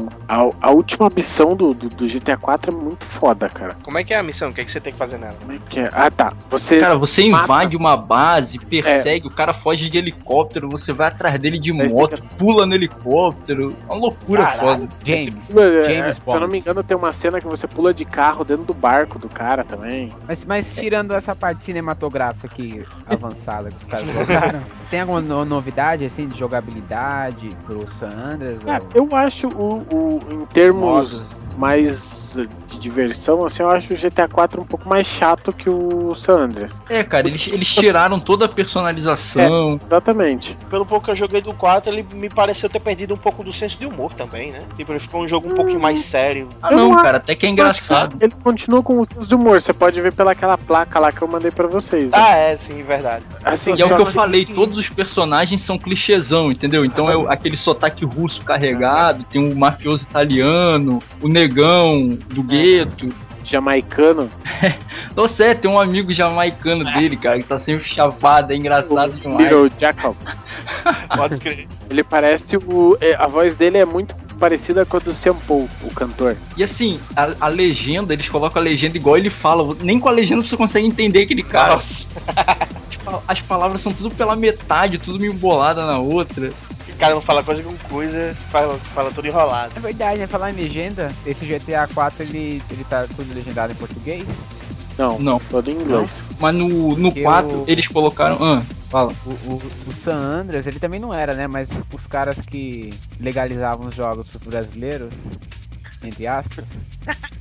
[SPEAKER 3] o- a, a última missão do, do, do GTA IV é muito foda, cara.
[SPEAKER 2] Como é que é a missão? O que, é que você tem que fazer nela?
[SPEAKER 3] Como é que é? Ah, tá. Você...
[SPEAKER 4] Cara, você
[SPEAKER 3] Mata. É.
[SPEAKER 4] invade uma base, persegue, o cara foge de helicóptero, você vai atrás dele de
[SPEAKER 3] Aí você
[SPEAKER 4] moto, pula no helicóptero. É Uma loucura
[SPEAKER 2] Caralho.
[SPEAKER 4] foda.
[SPEAKER 9] James.
[SPEAKER 3] Mano, é,
[SPEAKER 9] James
[SPEAKER 3] se eu
[SPEAKER 9] Bond.
[SPEAKER 3] não me engano, tem uma cena que você pula de carro dentro do barco do cara também.
[SPEAKER 9] Mas, mas tirando essa parte cinematográfica aqui avançada que os caras colocaram, tem alguma no- novidade assim de jogabilidade pro San Andreas?
[SPEAKER 3] Cara,
[SPEAKER 9] ou-
[SPEAKER 3] né? eu acho o, o em termos
[SPEAKER 9] Modos.
[SPEAKER 3] mais eh, de diversão, assim, eu acho o GTA IV um pouco mais chato que o San Andreas.
[SPEAKER 4] É, cara, eles, eles tiraram toda a personalização.
[SPEAKER 3] Exatamente.
[SPEAKER 2] Pelo pouco que eu joguei do 4, ele me pareceu ter perdido um pouco do senso de humor também, né? Tipo, ele ficou um jogo um pouquinho mais sério.
[SPEAKER 4] Ah,
[SPEAKER 3] Eu
[SPEAKER 4] não,
[SPEAKER 3] não acho-
[SPEAKER 4] cara, até que é engraçado.
[SPEAKER 3] Ele continua com o senso de humor, você pode ver pela aquela placa lá que eu mandei pra vocês. né?
[SPEAKER 2] Ah, é, sim, verdade.
[SPEAKER 3] assim,
[SPEAKER 4] E é o
[SPEAKER 3] só
[SPEAKER 4] que eu falei, todos os personagens são clichêzão, entendeu? Então é o- aquele sotaque russo carregado, tem o mafioso italiano, o negão do gueto.
[SPEAKER 3] jamaicano.
[SPEAKER 4] Nossa, é, tem um amigo jamaicano dele, cara, que tá sempre chapado, é engraçado
[SPEAKER 3] o
[SPEAKER 4] demais.
[SPEAKER 3] Little Jackal.
[SPEAKER 2] Pode escrever.
[SPEAKER 3] Ele parece o. é, A voz dele é muito parecida com a do Sean Paul, o cantor.
[SPEAKER 4] E assim, a, a legenda, eles colocam a legenda igual ele fala. Nem com a legenda você consegue entender aquele cara.
[SPEAKER 2] Nossa,
[SPEAKER 4] Tipo, As palavras são tudo pela metade, tudo meio embolada na outra.
[SPEAKER 2] o cara não fala coisa com coisa, fala, fala tudo enrolado.
[SPEAKER 9] É verdade, né? Falar em legenda, esse GTA 4 ele, ele tá tudo legendado em português.
[SPEAKER 3] Não,
[SPEAKER 4] Não.
[SPEAKER 3] todo em inglês.
[SPEAKER 4] Mas no, no
[SPEAKER 9] Eu-
[SPEAKER 4] 4 eles colocaram. Ah, fala.
[SPEAKER 9] O, o, o San Andreas, ele também não era, né? Mas os caras que legalizavam os jogos pros brasileiros, entre aspas,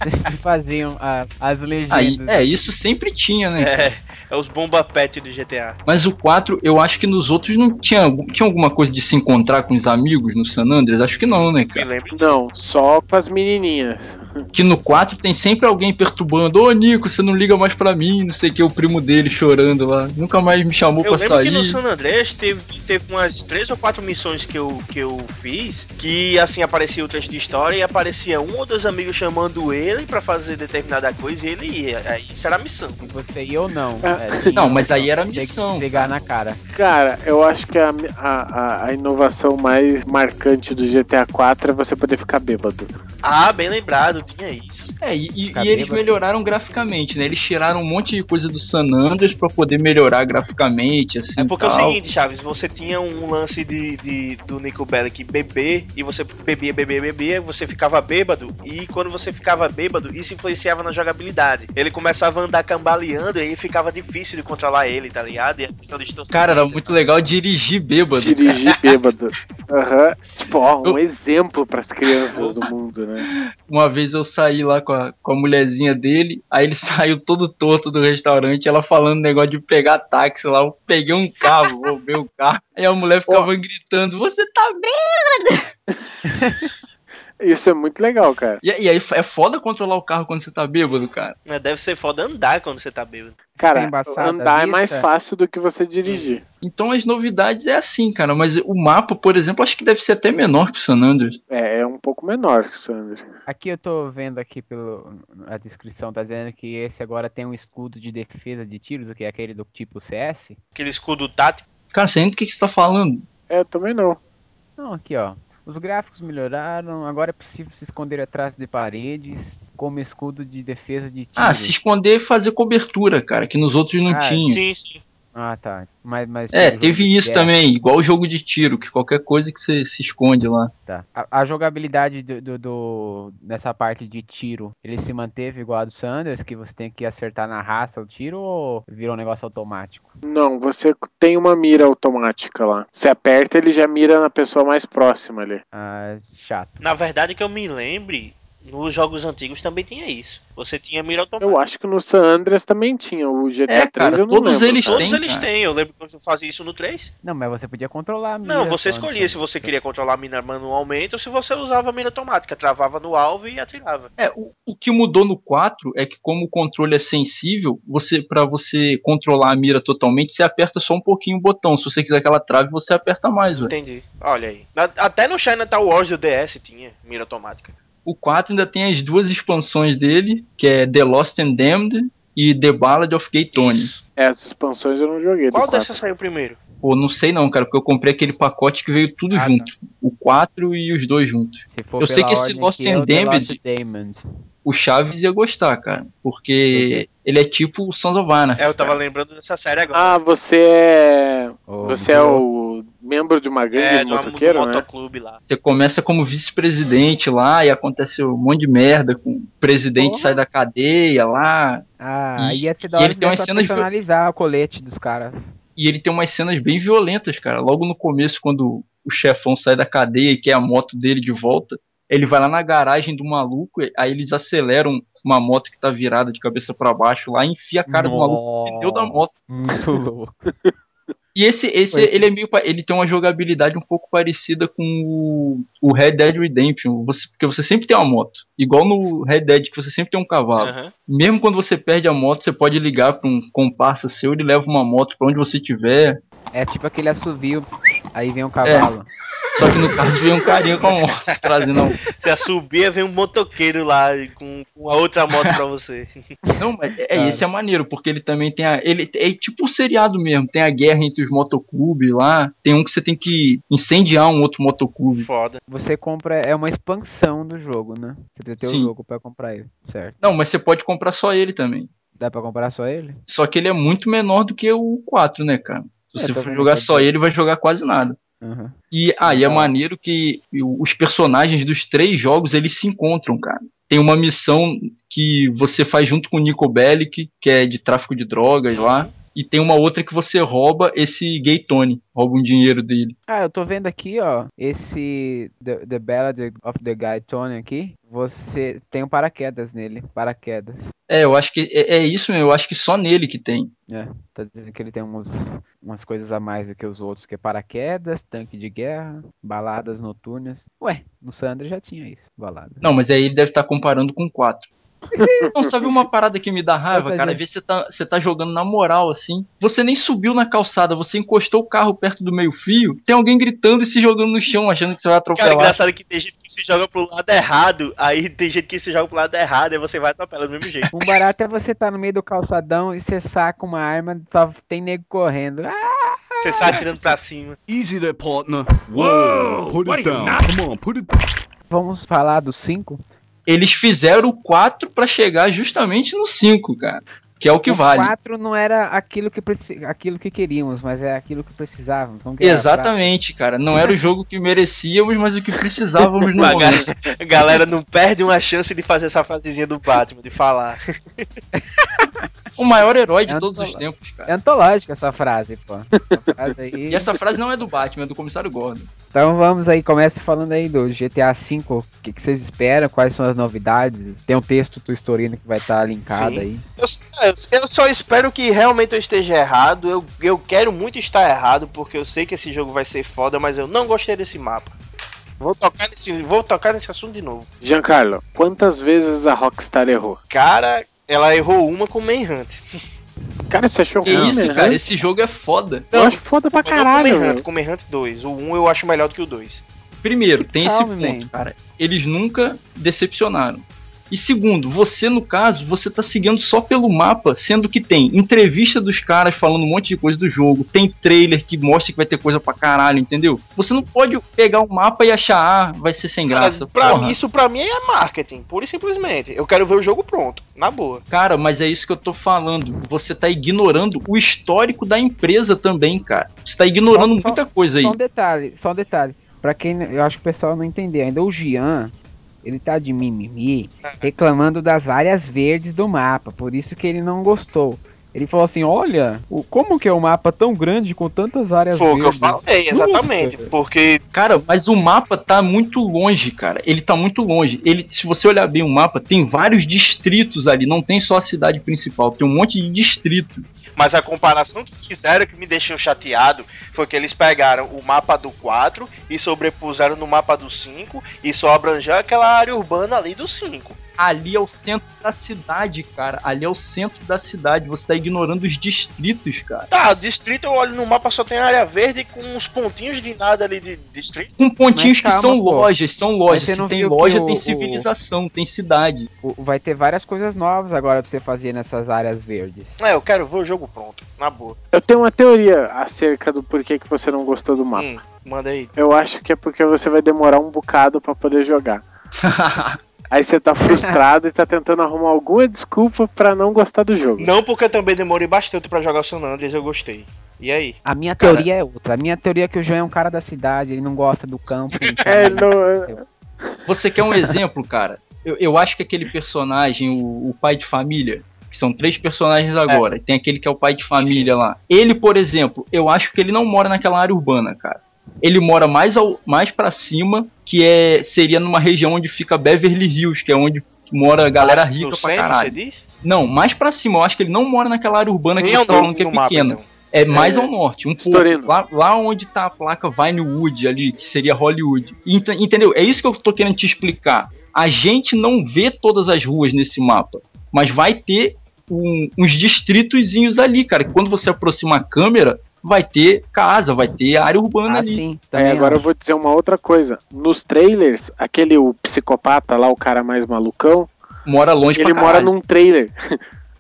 [SPEAKER 9] sempre faziam a- as
[SPEAKER 4] Aí,
[SPEAKER 9] legendas.
[SPEAKER 4] é, isso sempre tinha, né?
[SPEAKER 2] É, é os bomba pet do GTA.
[SPEAKER 4] Mas o 4, eu acho que nos outros não tinha, tinha alguma coisa de se encontrar com os amigos no San Andreas? Acho que não, né,
[SPEAKER 2] Me
[SPEAKER 4] cara?
[SPEAKER 2] lembro.
[SPEAKER 3] Não, só com as menininhas.
[SPEAKER 4] Que no 4 tem sempre alguém perturbando. Ô, Nico, você não liga mais pra mim, não sei o que, o primo dele chorando lá. Nunca mais me chamou
[SPEAKER 2] Eu
[SPEAKER 4] pra
[SPEAKER 2] lembro que
[SPEAKER 4] sair.
[SPEAKER 2] no San Andreas teve, teve umas três ou quatro missões que eu, que eu fiz, que assim aparecia o trecho de história e aparecia um ou dois amigos chamando ele pra fazer determinada coisa e ele ia. Aí isso era a missão.
[SPEAKER 9] E você ia ou não?
[SPEAKER 3] Ah.
[SPEAKER 9] É, tinha-
[SPEAKER 4] Não, mas aí era
[SPEAKER 9] tinha que
[SPEAKER 4] missão.
[SPEAKER 9] Pegar na cara.
[SPEAKER 3] Cara, eu acho que a, a, a- a inovação mais marcante do GTA IV é você poder ficar bêbado.
[SPEAKER 2] Ah, bem lembrado, tinha isso.
[SPEAKER 4] É, e, e-
[SPEAKER 9] Ficar
[SPEAKER 4] e eles
[SPEAKER 9] bêbado.
[SPEAKER 4] melhoraram graficamente, né? Eles tiraram um monte de coisa do San Andreas pra poder melhorar graficamente, assim.
[SPEAKER 2] É porque é o
[SPEAKER 4] tal.
[SPEAKER 2] seguinte, Chaves, você tinha um lance de, de- do Nico Bellic beber, e você bebia, bebia, bebia, você ficava bêbado, e quando você ficava bêbado, isso influenciava na jogabilidade. Ele começava a andar cambaleando e aí ficava difícil de controlar ele, tá ligado? E a questão de distorção-
[SPEAKER 4] Cara, era muito legal dirigir bêbado.
[SPEAKER 3] Dirigir bêbado. Aham. Tipo, ó, um
[SPEAKER 4] Eu-
[SPEAKER 3] exemplo pras crianças do mundo, né?
[SPEAKER 4] Uma vez eu saí lá com a, com a mulherzinha dele, aí ele saiu todo torto do restaurante, ela falando negócio de pegar táxi lá, eu peguei um carro, roubei um carro. Aí a mulher ficava gritando, você tá bem?
[SPEAKER 3] Isso é muito legal, cara.
[SPEAKER 4] E, e aí é foda controlar o carro quando você tá bêbado, cara.
[SPEAKER 2] É, Deve ser foda andar quando você tá bêbado.
[SPEAKER 3] Cara,
[SPEAKER 9] Fica embaçada a
[SPEAKER 3] andar é
[SPEAKER 9] vista.
[SPEAKER 3] mais fácil do que você dirigir.
[SPEAKER 4] Então as novidades é assim, cara, mas o mapa, por exemplo, acho que deve ser até menor que o San Andreas.
[SPEAKER 3] É, é um pouco menor que o Sandro.
[SPEAKER 9] Aqui eu tô vendo aqui pelo a descrição, tá dizendo que esse agora tem um escudo de defesa de tiros, o que é aquele do tipo CS.
[SPEAKER 2] Aquele escudo tático.
[SPEAKER 4] Cara, você entende o que que você tá falando?
[SPEAKER 3] É, eu também não.
[SPEAKER 9] Não, aqui ó. Os gráficos melhoraram, agora é possível se esconder atrás de paredes como escudo de defesa de tiros.
[SPEAKER 4] Ah, se esconder e fazer cobertura, cara, que nos outros não
[SPEAKER 9] Ah,
[SPEAKER 4] tinha.
[SPEAKER 2] Sim, sim.
[SPEAKER 9] Ah, tá. Mas, mas
[SPEAKER 4] É,
[SPEAKER 9] pelo
[SPEAKER 4] teve
[SPEAKER 9] jogo de
[SPEAKER 4] isso
[SPEAKER 9] guerra,
[SPEAKER 4] também, igual o jogo de tiro, que qualquer coisa que você se esconde lá.
[SPEAKER 9] tá. A, a jogabilidade do, do, do- nessa parte de tiro, ele se manteve igual a do Sanders, que você tem que acertar na raça o tiro ou virou um negócio automático?
[SPEAKER 3] Não, você tem uma mira automática lá. Você aperta, ele já mira na pessoa mais próxima ali.
[SPEAKER 9] Ah, chato.
[SPEAKER 2] Na verdade, que eu me lembre, Nos jogos antigos também tinha isso. Você tinha mira automática.
[SPEAKER 3] Eu acho que no San Andreas também tinha. O GTA
[SPEAKER 4] É,
[SPEAKER 3] 3
[SPEAKER 4] cara,
[SPEAKER 3] eu não
[SPEAKER 4] todos
[SPEAKER 3] lembro.
[SPEAKER 4] eles
[SPEAKER 3] cara.
[SPEAKER 2] Todos
[SPEAKER 4] Tem,
[SPEAKER 2] eles
[SPEAKER 4] cara.
[SPEAKER 2] têm, eu lembro quando eu fazia isso no 3.
[SPEAKER 1] Não, mas você podia controlar a mira.
[SPEAKER 2] Não, você
[SPEAKER 1] só, né,
[SPEAKER 2] escolhia se
[SPEAKER 1] cara?
[SPEAKER 2] você queria controlar a mina manualmente ou se você usava a mira automática, travava no alvo e atirava.
[SPEAKER 4] É, o, o que mudou no 4 é que como o controle é sensível, você para você controlar a mira totalmente, você aperta só um pouquinho o botão. Se você quiser que ela trave, você aperta mais, velho.
[SPEAKER 2] Entendi. Olha aí. Na- até no Chinatown Wars do DS tinha mira automática.
[SPEAKER 4] O 4 ainda tem as duas expansões dele, que é The Lost and Damned e The Ballad of Gay Tony.
[SPEAKER 2] Isso.
[SPEAKER 3] É, as expansões eu não joguei.
[SPEAKER 2] Qual
[SPEAKER 3] do quatro.
[SPEAKER 2] dessas saiu primeiro?
[SPEAKER 4] Pô, não sei não, cara, porque eu comprei aquele pacote que veio tudo
[SPEAKER 2] Ah, tá.
[SPEAKER 4] junto. O 4 e os dois juntos.
[SPEAKER 1] Se for
[SPEAKER 4] Eu sei
[SPEAKER 1] pela
[SPEAKER 4] que esse
[SPEAKER 1] ordem
[SPEAKER 4] Lost
[SPEAKER 1] é
[SPEAKER 4] and
[SPEAKER 1] o The
[SPEAKER 4] Damned-
[SPEAKER 1] Lost Damned.
[SPEAKER 4] O Chaves ia gostar, cara, porque ele é tipo o Sons of Anarchy,
[SPEAKER 2] É, eu tava
[SPEAKER 4] cara.
[SPEAKER 2] lembrando dessa série agora.
[SPEAKER 3] Ah, você é.
[SPEAKER 1] Ô,
[SPEAKER 3] Você é
[SPEAKER 1] Bruno,
[SPEAKER 3] o membro de uma gangue
[SPEAKER 2] é,
[SPEAKER 3] de
[SPEAKER 2] do,
[SPEAKER 3] motoqueiro,
[SPEAKER 2] do
[SPEAKER 3] né?
[SPEAKER 2] motoclube lá.
[SPEAKER 4] Você começa como vice-presidente lá e acontece um monte de merda com o presidente
[SPEAKER 1] Porra.
[SPEAKER 4] sai da cadeia lá.
[SPEAKER 1] Ah,
[SPEAKER 4] E-
[SPEAKER 1] aí ia ser
[SPEAKER 4] e
[SPEAKER 1] da hora
[SPEAKER 4] ele tem umas
[SPEAKER 1] mesmo pra
[SPEAKER 4] cenas de-
[SPEAKER 1] personalizar o colete dos caras.
[SPEAKER 4] E ele tem umas cenas bem violentas, cara. Logo no começo, quando o chefão sai da cadeia e quer a moto dele de volta, ele vai lá na garagem do maluco, aí eles aceleram uma moto que tá virada de cabeça pra baixo lá e enfia a cara do maluco.
[SPEAKER 1] Nossa,
[SPEAKER 4] pneu da moto.
[SPEAKER 1] Muito louco.
[SPEAKER 4] E esse, esse
[SPEAKER 1] Foi esse.
[SPEAKER 4] ele é meio. pa- Ele tem uma jogabilidade um pouco parecida com o, o Red Dead Redemption. Você, porque você sempre tem uma moto. Igual no Red Dead, que você sempre tem um cavalo.
[SPEAKER 2] Aham.
[SPEAKER 4] Mesmo quando você perde a moto, você pode ligar pra um comparsa seu, ele leva uma moto pra onde você tiver.
[SPEAKER 1] É tipo aquele assovio, aí
[SPEAKER 4] É.
[SPEAKER 1] vem um cavalo.
[SPEAKER 4] Só que no caso vem um carinha com a moto trazendo. a-
[SPEAKER 2] Você subia, vem um motoqueiro lá com, com a outra moto pra você.
[SPEAKER 4] Não, mas é,
[SPEAKER 1] Cara.
[SPEAKER 4] esse é maneiro, porque ele também tem a. Ele é tipo um seriado mesmo. Tem a guerra entre os motoclubes lá. Tem um que você tem que incendiar um outro motoclube.
[SPEAKER 2] Foda.
[SPEAKER 1] Você compra, é uma expansão do jogo, né? Você tem que ter o
[SPEAKER 4] Sim.
[SPEAKER 1] jogo pra comprar ele, certo?
[SPEAKER 4] Não, mas você pode comprar só ele também.
[SPEAKER 1] Dá pra comprar só ele?
[SPEAKER 4] Só que ele é muito menor do que o 4, né, cara?
[SPEAKER 1] É,
[SPEAKER 4] Se você
[SPEAKER 1] tá
[SPEAKER 4] for
[SPEAKER 1] vendo?
[SPEAKER 4] jogar só ele, vai jogar quase nada.
[SPEAKER 1] Aham.
[SPEAKER 4] E aí é
[SPEAKER 1] Legal.
[SPEAKER 4] maneiro que os personagens dos três jogos eles se encontram, cara. Tem uma missão que você faz junto com o Nico Bellic, que é de tráfico de drogas lá. E tem uma outra que você rouba esse gay Tony, rouba um dinheiro dele.
[SPEAKER 1] Ah, eu tô vendo aqui, ó, esse The, the Ballad of the Guy Tony aqui. Você tem um paraquedas nele, paraquedas.
[SPEAKER 4] É, eu acho que é, é isso mesmo, eu acho que só nele que tem.
[SPEAKER 1] Tá dizendo que ele tem uns, umas coisas a mais do que os outros, que é paraquedas, tanque de guerra, baladas noturnas. Ué, no Sandra já tinha isso, balada.
[SPEAKER 4] Não, mas aí ele deve estar comparando com o 4. Não, sabe uma parada que me dá raiva,
[SPEAKER 1] Essa gente-
[SPEAKER 4] cara? Às vezes você tá, você tá jogando na moral, assim. Você nem subiu na calçada, você encostou o carro perto do meio-fio. Tem alguém gritando e se jogando no chão, achando que você vai
[SPEAKER 2] Cara,
[SPEAKER 4] atropelar.
[SPEAKER 2] engraçado que tem gente que se joga pro lado errado, aí tem gente que se joga pro lado errado, aí você vai atropelar do mesmo jeito.
[SPEAKER 1] Um barato é você tá no meio do calçadão e você saca uma arma, só tem nego correndo. Ah,
[SPEAKER 2] Você sai atirando pra cima.
[SPEAKER 7] Easy there, partner. Whoa! Put it down. Come on, put it down.
[SPEAKER 1] vamos falar dos cinco?
[SPEAKER 4] Eles fizeram o 4 pra chegar justamente no 5, cara. Que é o que
[SPEAKER 1] o
[SPEAKER 4] vale.
[SPEAKER 1] quatro não era aquilo que, preci- aquilo que queríamos, mas é aquilo que precisávamos. Como que é era a frase?
[SPEAKER 4] Exatamente, cara. Não era o jogo que merecíamos, mas o que precisávamos no
[SPEAKER 2] A ga-
[SPEAKER 4] momento.
[SPEAKER 2] a galera não perde uma chance de fazer essa frasezinha do Batman, de falar.
[SPEAKER 4] O maior herói de
[SPEAKER 1] Eu
[SPEAKER 4] todos
[SPEAKER 1] tô
[SPEAKER 4] os
[SPEAKER 1] lá.
[SPEAKER 4] tempos, cara.
[SPEAKER 1] É antológica essa frase, pô. Essa frase aí.
[SPEAKER 4] E essa frase não é do Batman, é do Comissário Gordon.
[SPEAKER 1] Então vamos aí, comece falando aí do GTA V, o que, que vocês esperam, quais são as novidades. Tem um texto do Historino que vai estar linkado
[SPEAKER 2] Sim.
[SPEAKER 1] aí.
[SPEAKER 2] Eu, eu- eu só espero que realmente eu esteja errado. Eu, eu quero muito estar errado, porque eu sei que esse jogo vai ser foda, mas eu não gostei desse mapa. Vou tocar nesse, vou tocar nesse assunto de novo.
[SPEAKER 3] Giancarlo, quantas vezes a Rockstar errou?
[SPEAKER 2] Cara, ela errou uma com o Manhunt.
[SPEAKER 3] Cara, você achou
[SPEAKER 4] Que
[SPEAKER 3] ruim,
[SPEAKER 4] isso,
[SPEAKER 3] né?
[SPEAKER 2] Uhum.
[SPEAKER 4] cara? Esse jogo é foda.
[SPEAKER 3] Eu acho foda pra
[SPEAKER 2] mas não
[SPEAKER 3] caralho,
[SPEAKER 2] Com Manhunt,
[SPEAKER 3] velho.
[SPEAKER 2] com Manhunt 2. O 1 eu acho melhor do que o 2.
[SPEAKER 4] Primeiro, tem esse
[SPEAKER 1] calma,
[SPEAKER 4] ponto,
[SPEAKER 1] man.
[SPEAKER 4] cara. Eles nunca decepcionaram. E segundo, você no caso, você tá seguindo só pelo mapa, sendo que tem entrevista dos caras falando um monte de coisa do jogo, tem trailer que mostra que vai ter coisa pra caralho, entendeu? Você não pode pegar o mapa e achar, ah, vai ser sem graça.
[SPEAKER 2] Pra
[SPEAKER 4] Porra.
[SPEAKER 2] mim, isso pra mim é marketing, pura e simplesmente. Eu quero ver o jogo pronto, na boa.
[SPEAKER 4] Cara, mas é isso que eu tô falando. Você tá ignorando o histórico da empresa também, cara. Você tá ignorando
[SPEAKER 1] Só- só-
[SPEAKER 4] muita coisa aí.
[SPEAKER 1] Só um detalhe, só um detalhe. Pra quem, eu acho que o pessoal não entendeu ainda, o Gian, ele tá
[SPEAKER 4] É.
[SPEAKER 1] de mimimi reclamando das áreas verdes do mapa, por isso que ele não gostou.
[SPEAKER 9] Ele falou assim: olha, o- como que é um mapa tão grande com tantas áreas
[SPEAKER 2] Foi o que eu
[SPEAKER 9] verdes?"
[SPEAKER 2] falei, exatamente.
[SPEAKER 9] Nossa.
[SPEAKER 2] Porque
[SPEAKER 4] Cara, mas o mapa tá muito longe, cara. Ele tá muito longe. Ele, se você olhar bem o mapa, tem vários distritos ali. Não tem só a cidade principal. Tem um monte de distrito.
[SPEAKER 2] Mas a comparação que fizeram que me deixou chateado foi que eles pegaram o mapa do 4 e sobrepuseram no mapa do 5 e só abrangeu aquela área urbana ali do 5.
[SPEAKER 4] Ali é o centro da cidade, cara. Ali é o centro da cidade. Você tá ignorando os distritos, cara.
[SPEAKER 2] Tá, distrito eu olho no mapa só tem área verde com uns pontinhos de nada ali de distrito.
[SPEAKER 4] Com pontinhos
[SPEAKER 9] Mas calma,
[SPEAKER 4] que são
[SPEAKER 9] pô.
[SPEAKER 4] lojas, são
[SPEAKER 9] Mas
[SPEAKER 4] lojas.
[SPEAKER 9] você
[SPEAKER 4] Se
[SPEAKER 9] não
[SPEAKER 4] tem
[SPEAKER 9] viu que
[SPEAKER 4] loja,
[SPEAKER 9] o-
[SPEAKER 4] tem
[SPEAKER 9] o-
[SPEAKER 4] civilização, tem cidade.
[SPEAKER 9] O- Vai ter várias coisas novas agora pra você fazer nessas áreas verdes.
[SPEAKER 2] É, eu quero ver o jogo pronto, na boa.
[SPEAKER 3] Eu tenho uma teoria acerca do porquê que você não gostou do mapa.
[SPEAKER 2] Hum, manda aí.
[SPEAKER 3] Eu acho que é porque você vai demorar um bocado pra poder jogar. Aí você tá frustrado e tá tentando arrumar alguma desculpa pra não gostar do jogo.
[SPEAKER 2] Não porque eu também demorei bastante pra jogar o San Andreas, eu gostei. E aí?
[SPEAKER 9] A minha
[SPEAKER 4] Cara-
[SPEAKER 9] teoria é outra. A minha teoria é que o João é um cara da cidade, ele não gosta do campo.
[SPEAKER 3] É, ele não,
[SPEAKER 4] Você quer um exemplo, cara? Eu, eu acho que aquele personagem, o, o pai de família, que são três personagens agora, e tem aquele que é o pai de família lá. Ele, por exemplo, eu acho que ele não mora naquela área urbana, cara. Ele mora mais ao, mais para cima, que é seria numa região onde fica Beverly Hills, que é onde mora a galera
[SPEAKER 2] No
[SPEAKER 4] rica pra
[SPEAKER 2] centro, você
[SPEAKER 4] caralho.
[SPEAKER 2] diz?
[SPEAKER 4] Não, mais pra cima, eu acho que ele não mora naquela área urbana que
[SPEAKER 2] Nem
[SPEAKER 4] vocês
[SPEAKER 2] é o
[SPEAKER 4] estão falando
[SPEAKER 2] nome
[SPEAKER 4] que
[SPEAKER 2] do
[SPEAKER 4] é
[SPEAKER 2] mapa,
[SPEAKER 4] pequena.
[SPEAKER 2] então.
[SPEAKER 4] É mais ao norte, um pouco.
[SPEAKER 3] Estorino.
[SPEAKER 4] Lá, lá onde tá a placa Vinewood ali, que seria Hollywood. Ent- entendeu? É isso que eu tô querendo te explicar. A gente não vê todas as ruas nesse mapa, mas vai ter um- uns distritozinhos ali, cara. Que quando você aproxima a câmera, vai ter casa, vai ter área urbana
[SPEAKER 9] Ah,
[SPEAKER 4] ali.
[SPEAKER 9] sim.
[SPEAKER 3] Aí
[SPEAKER 9] Também
[SPEAKER 3] É, agora eu
[SPEAKER 9] acho.
[SPEAKER 3] vou dizer uma outra coisa. Nos trailers, aquele o psicopata lá, o cara mais malucão,
[SPEAKER 4] Mora longe
[SPEAKER 3] ele
[SPEAKER 4] pra
[SPEAKER 3] mora
[SPEAKER 4] caralho.
[SPEAKER 3] num trailer,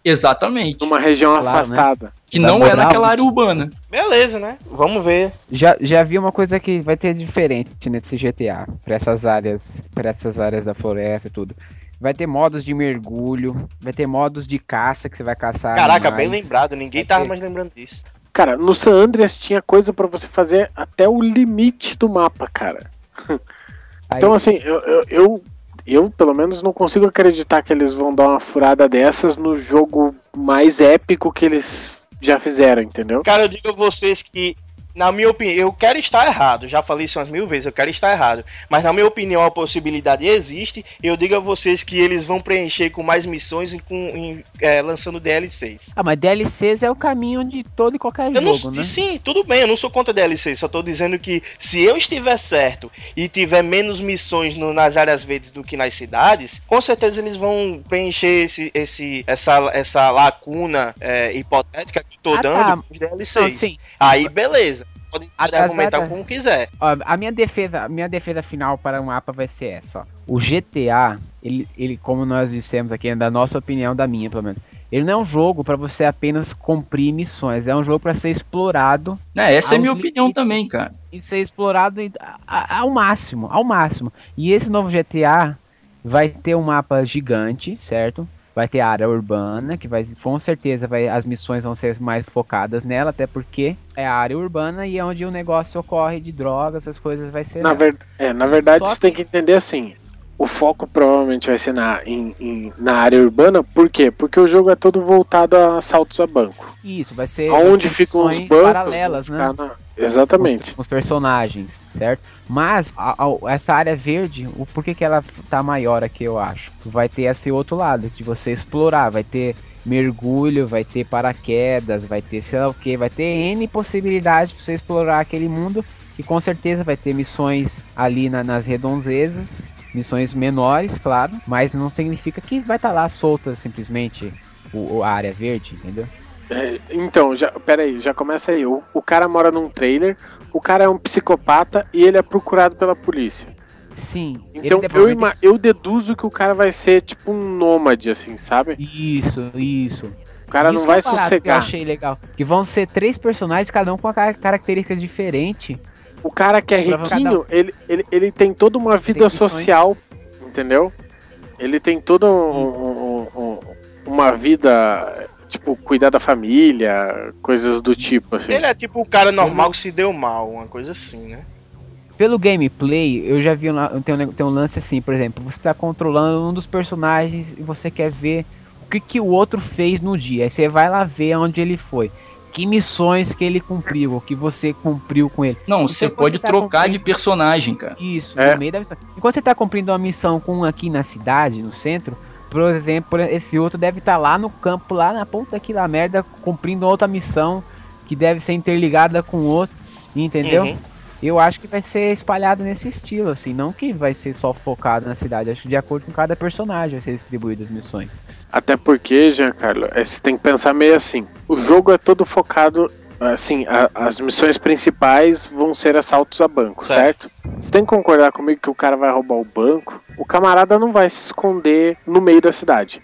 [SPEAKER 4] Exatamente.
[SPEAKER 3] numa região
[SPEAKER 9] Claro, né?
[SPEAKER 3] afastada.
[SPEAKER 4] Que
[SPEAKER 9] Tá
[SPEAKER 4] não é
[SPEAKER 9] moral.
[SPEAKER 4] naquela área urbana.
[SPEAKER 2] Beleza, né? Vamos ver.
[SPEAKER 9] Já, já vi uma coisa que vai ter diferente nesse GTA, pra essas áreas, para essas áreas da floresta e tudo. Vai ter modos de mergulho, vai ter modos de caça que você vai
[SPEAKER 4] Ah,
[SPEAKER 9] caçar.
[SPEAKER 2] Caraca,
[SPEAKER 9] animais.
[SPEAKER 2] bem lembrado, ninguém
[SPEAKER 4] é
[SPEAKER 9] Vai
[SPEAKER 2] tava
[SPEAKER 9] ter.
[SPEAKER 2] mais lembrando disso.
[SPEAKER 3] Cara, no San Andreas tinha coisa pra você fazer até o limite do mapa, cara.
[SPEAKER 9] Aí-
[SPEAKER 3] Então assim, eu, eu, eu, eu, pelo menos não consigo acreditar que eles vão dar uma furada dessas no jogo mais épico que eles já fizeram, entendeu?
[SPEAKER 2] Cara, eu digo a vocês que, na minha opinião, eu quero estar errado. Já falei isso umas mil vezes, eu quero estar errado. Mas na minha opinião, a possibilidade existe. E eu digo a vocês que eles vão preencher com mais missões e com em, é, lançando DLCs.
[SPEAKER 9] Ah, mas DLCs é o caminho de todo e qualquer
[SPEAKER 2] Eu não,
[SPEAKER 9] jogo, né?
[SPEAKER 2] Sim, tudo bem, eu não sou contra DLC, só tô dizendo que se eu estiver certo e tiver menos missões no- nas áreas verdes do que nas cidades, com certeza eles vão preencher esse, esse, essa, essa lacuna é, hipotética que tô
[SPEAKER 9] Ah, tá.
[SPEAKER 2] dando com DLCs.
[SPEAKER 9] Então, assim,
[SPEAKER 2] Aí beleza. Pode pode
[SPEAKER 9] Apesar
[SPEAKER 2] argumentar
[SPEAKER 9] da-
[SPEAKER 2] como quiser.
[SPEAKER 9] Ó, a minha defesa, a minha defesa final para o mapa vai ser essa, ó. O GTA, ele, ele como nós dissemos aqui, é da nossa opinião, da minha, pelo menos. Ele não é um jogo para você apenas cumprir missões, é um jogo para ser explorado
[SPEAKER 4] Né? Essa é
[SPEAKER 9] Aos
[SPEAKER 4] minha opinião
[SPEAKER 9] limites.
[SPEAKER 4] também, cara.
[SPEAKER 9] e ser explorado e- a- a- ao máximo, ao máximo. E esse novo GTA vai ter um mapa gigante, certo? Vai ter a área urbana, que vai com certeza vai, as missões vão ser mais focadas nela, até porque é a área urbana e é onde o negócio ocorre de drogas, essas coisas vai ser.
[SPEAKER 3] Na,
[SPEAKER 9] nela.
[SPEAKER 3] ver... é, na verdade,
[SPEAKER 9] Só
[SPEAKER 3] você tem que entender assim. O foco provavelmente vai ser na, em- em- na área urbana, por quê? Porque o jogo é todo voltado a assaltos a banco.
[SPEAKER 9] Isso, vai ser. vai
[SPEAKER 3] Onde
[SPEAKER 9] ser
[SPEAKER 3] ficam os
[SPEAKER 9] missões
[SPEAKER 3] bancos.
[SPEAKER 9] É, paralelas,
[SPEAKER 3] vão
[SPEAKER 9] né?
[SPEAKER 3] ficar na- Exatamente.
[SPEAKER 9] Com os- com os personagens, certo? Mas a- a- essa área verde, o porquê que ela tá maior aqui, eu acho? Vai ter esse outro lado de você explorar, vai ter mergulho, vai ter paraquedas, vai ter sei lá o que, vai ter N possibilidades pra você explorar aquele mundo e com certeza vai ter missões ali na- nas redondezas. Missões menores, claro, mas não significa que vai estar lá solta simplesmente o, o- a área verde, entendeu?
[SPEAKER 3] É, então, já, peraí, já começa aí. O, o cara mora num trailer, o cara é um psicopata e ele é procurado pela polícia.
[SPEAKER 9] Sim. ele
[SPEAKER 3] Então eu,
[SPEAKER 9] provavelmente-
[SPEAKER 3] ima- eu deduzo que o cara vai ser tipo um nômade, assim, sabe?
[SPEAKER 9] Isso, isso.
[SPEAKER 3] O cara
[SPEAKER 9] Isso
[SPEAKER 3] não
[SPEAKER 9] que é uma parada
[SPEAKER 3] vai
[SPEAKER 9] Que eu
[SPEAKER 3] sossegar.
[SPEAKER 9] achei legal. Que vão ser três personagens, cada um com uma ca- características diferentes.
[SPEAKER 3] O cara que é
[SPEAKER 9] Pra cada um.
[SPEAKER 3] riquinho, ele, ele, ele tem toda uma vida
[SPEAKER 9] missões.
[SPEAKER 3] social, entendeu? Ele tem toda um- um- um- um- uma vida, tipo, cuidar da família, coisas do tipo, assim.
[SPEAKER 2] Ele é tipo o cara normal que se deu mal, uma coisa assim, né?
[SPEAKER 9] Pelo gameplay, eu já vi um, la- tem, um, ne- tem um lance assim, por exemplo, você tá controlando um dos personagens e você quer ver que, que o outro fez no dia. Aí você vai lá ver onde ele foi. Que missões que ele cumpriu, ou que você cumpriu com ele.
[SPEAKER 4] Não, você
[SPEAKER 9] Então,
[SPEAKER 4] pode
[SPEAKER 9] você tá
[SPEAKER 4] trocar
[SPEAKER 9] comprando-
[SPEAKER 4] de personagem, cara.
[SPEAKER 9] Isso,
[SPEAKER 3] É.
[SPEAKER 9] no meio da missão. Enquanto você tá cumprindo uma missão com um aqui na cidade, no centro, por exemplo, esse outro deve estar lá no campo, lá na ponta aqui da merda, cumprindo outra missão que deve ser interligada com outro, entendeu?
[SPEAKER 2] Uhum.
[SPEAKER 9] Eu acho que vai ser espalhado nesse estilo, assim, não que vai ser só focado na cidade, acho que de acordo com cada personagem vai ser distribuído as missões.
[SPEAKER 3] Até porque, Giancarlo, é, você tem que pensar meio assim. O jogo é todo focado, assim, a- as missões principais vão ser assaltos a banco, certo.
[SPEAKER 2] Certo.
[SPEAKER 3] Você tem que concordar comigo que o cara vai roubar o banco, o camarada não vai se esconder no meio da cidade.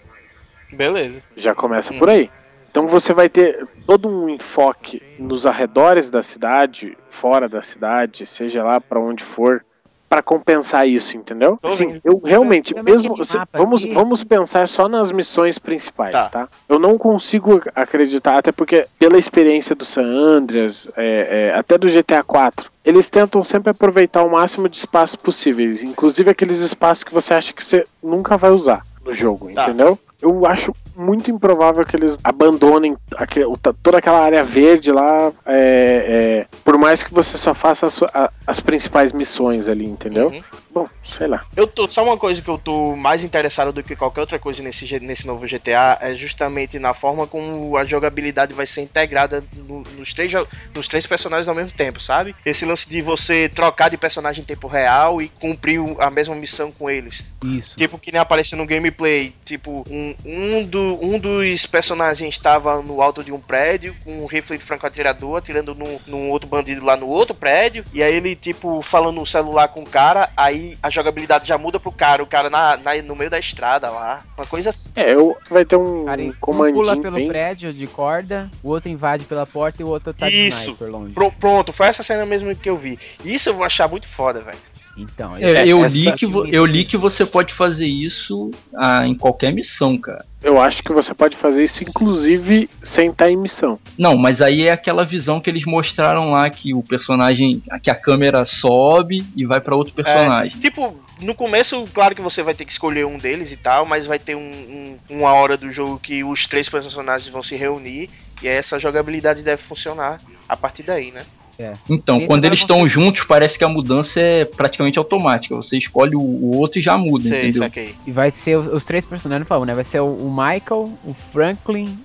[SPEAKER 2] Beleza.
[SPEAKER 3] Já começa
[SPEAKER 2] Uhum.
[SPEAKER 3] por aí. Então você vai ter todo um enfoque nos arredores da cidade, fora da cidade, seja lá pra onde for, pra compensar isso, entendeu?
[SPEAKER 2] Tô
[SPEAKER 3] Sim,
[SPEAKER 2] ouvindo.
[SPEAKER 3] eu realmente,
[SPEAKER 9] Tem
[SPEAKER 3] mesmo
[SPEAKER 9] aquele
[SPEAKER 3] se-
[SPEAKER 9] mapa
[SPEAKER 3] vamos
[SPEAKER 9] aqui.
[SPEAKER 3] vamos pensar só nas missões principais, tá.
[SPEAKER 2] Tá.
[SPEAKER 3] Eu não consigo ac- acreditar, até porque pela experiência do San Andreas, é, é, até do GTA 4, eles tentam sempre aproveitar o máximo de espaços possíveis, inclusive aqueles espaços que você acha que você nunca vai usar no jogo,
[SPEAKER 2] Tá.
[SPEAKER 3] entendeu? Eu acho muito improvável que eles abandonem aque- o ta- toda aquela área verde lá, é, é, por mais que você só faça a sua- a- as principais missões ali, entendeu?
[SPEAKER 2] Uhum.
[SPEAKER 3] Bom, sei lá.
[SPEAKER 2] Eu tô, só uma coisa que eu tô mais interessado do que qualquer outra coisa nesse, G- nesse novo GTA é justamente na forma como a jogabilidade vai ser integrada no- nos, três, jo- nos três personagens ao mesmo tempo, sabe? Esse lance de você trocar de personagem em tempo real e cumprir o- a mesma missão com eles.
[SPEAKER 9] Isso.
[SPEAKER 2] Tipo, que nem apareceu no gameplay. Tipo, um, um, do- um dos personagens estava no alto de um prédio com um rifle de franco-atirador atirando num, num outro bandido lá no outro prédio. E aí ele, tipo, falando no celular com o cara. Aí a jogabilidade já muda pro cara. O cara na, na- no meio da estrada lá. Uma coisa assim.
[SPEAKER 3] É, eu vai ter um
[SPEAKER 9] Cara, um
[SPEAKER 3] comandinho
[SPEAKER 9] pula pelo
[SPEAKER 3] bem...
[SPEAKER 9] prédio de corda, o outro invade pela porta e o outro tá de
[SPEAKER 2] Isso.
[SPEAKER 9] sniper longe.
[SPEAKER 2] Pro- pronto, foi essa cena mesmo que eu vi. Isso eu vou achar muito foda, velho.
[SPEAKER 9] Então,
[SPEAKER 4] É,
[SPEAKER 9] esse-
[SPEAKER 4] eu,
[SPEAKER 9] essa
[SPEAKER 4] li que, vo-
[SPEAKER 9] filme-
[SPEAKER 4] eu li que você pode fazer isso ah, em qualquer missão, cara.
[SPEAKER 3] Eu acho que você pode fazer isso, inclusive, sem estar em missão.
[SPEAKER 4] Não, mas aí é aquela visão que eles mostraram lá que o personagem, que a câmera sobe e vai pra outro personagem.
[SPEAKER 2] Tipo, no começo, claro que você vai ter que escolher um deles e tal, mas vai ter um, um- uma hora do jogo que os três personagens vão se reunir e essa jogabilidade deve funcionar a partir daí, né?
[SPEAKER 4] Então,
[SPEAKER 9] Esse
[SPEAKER 4] quando
[SPEAKER 9] vai
[SPEAKER 4] eles
[SPEAKER 9] mostrar-
[SPEAKER 4] estão juntos, parece que a mudança é praticamente automática. Você escolhe o, o outro e já muda,
[SPEAKER 2] Sei,
[SPEAKER 4] entendeu?
[SPEAKER 2] saquei.
[SPEAKER 9] E vai ser os, os três personagens, por favor, né? Vai ser o, o Michael, o Franklin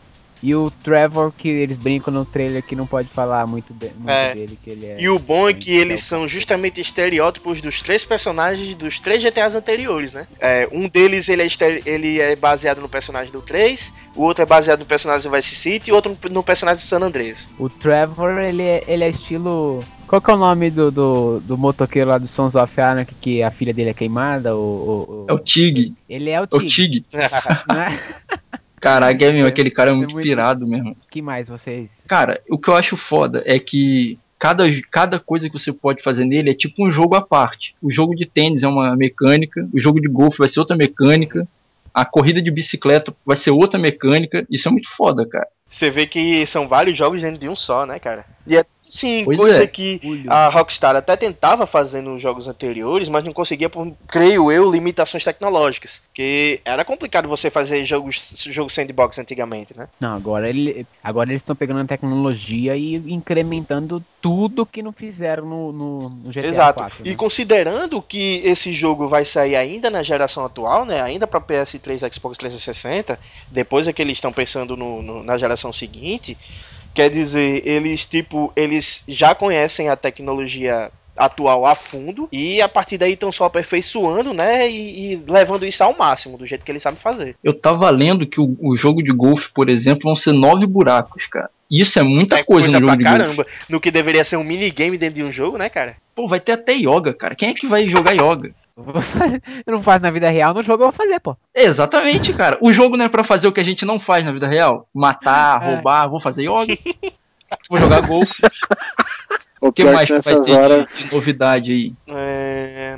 [SPEAKER 9] e o Trevor, que eles brincam no trailer que não pode falar muito, de- muito
[SPEAKER 2] É.
[SPEAKER 9] dele, que ele é.
[SPEAKER 2] E o bom é que
[SPEAKER 9] É,
[SPEAKER 2] eles são justamente estereótipos dos três personagens dos três GTAs anteriores, né? É, um deles ele é, estere- ele é baseado no personagem do 3, o outro é baseado no personagem do Vice City e outro no personagem do San Andreas.
[SPEAKER 9] O Trevor, ele é, ele é estilo. Qual que é o nome do, do, do motoqueiro lá do Sons of Anarchy, que a filha dele é queimada? O, o- o-
[SPEAKER 4] É o Tig,
[SPEAKER 9] Ele é o
[SPEAKER 4] é o
[SPEAKER 9] Tig,
[SPEAKER 4] Tig.
[SPEAKER 9] né?
[SPEAKER 4] Caraca, é, meu, aquele cara é muito
[SPEAKER 9] muito-
[SPEAKER 4] pirado mesmo.
[SPEAKER 9] que mais vocês?
[SPEAKER 4] Cara, o que eu acho foda é que cada, cada coisa que você pode fazer nele é tipo um jogo à parte. O jogo de tênis é uma mecânica, o jogo de golfe vai ser outra mecânica, a corrida de bicicleta vai ser outra mecânica. Isso é muito foda, cara.
[SPEAKER 2] Você vê que são vários jogos dentro de um só, né, cara? E é sim,
[SPEAKER 4] Pois
[SPEAKER 2] coisa
[SPEAKER 4] é.
[SPEAKER 2] que
[SPEAKER 9] Ah.
[SPEAKER 2] A Rockstar até tentava fazer nos jogos anteriores, mas não conseguia por, creio eu, limitações tecnológicas. Que era complicado você fazer jogos jogo sandbox antigamente, né?
[SPEAKER 9] Não, agora, ele, agora eles estão pegando a tecnologia e incrementando tudo que não fizeram no, no, no GTA
[SPEAKER 2] Exato.
[SPEAKER 9] 4,
[SPEAKER 2] E
[SPEAKER 9] né?
[SPEAKER 2] considerando que esse jogo vai sair ainda na geração atual, né? Ainda para PS3, Xbox 360, depois é que eles estão pensando no- no- na geração seguinte. Quer dizer, eles tipo, eles já conhecem a tecnologia atual a fundo e a partir daí estão só aperfeiçoando, né? E, e levando isso ao máximo do jeito que eles sabem fazer.
[SPEAKER 4] Eu tava lendo que o, o jogo de golfe, por exemplo, vão ser nove buracos, cara. Isso é muita
[SPEAKER 2] é
[SPEAKER 4] coisa,
[SPEAKER 2] coisa,
[SPEAKER 4] no jogo
[SPEAKER 2] pra
[SPEAKER 4] de golfe.
[SPEAKER 2] caramba. No que deveria ser um minigame dentro de um jogo, né, cara?
[SPEAKER 4] Pô, vai ter até yoga, cara. Quem é que vai jogar yoga?
[SPEAKER 9] Eu não faço na vida real, no jogo eu vou fazer, pô.
[SPEAKER 4] Exatamente, cara. O jogo não é pra fazer o que a gente não faz na vida real. Matar,
[SPEAKER 9] É.
[SPEAKER 4] roubar, vou fazer yoga. Vou jogar golfe.
[SPEAKER 3] O
[SPEAKER 4] O que
[SPEAKER 3] pior
[SPEAKER 4] mais
[SPEAKER 3] que
[SPEAKER 4] que vai ter
[SPEAKER 3] nessas
[SPEAKER 4] de-
[SPEAKER 3] horas.
[SPEAKER 4] de novidade aí?
[SPEAKER 2] É...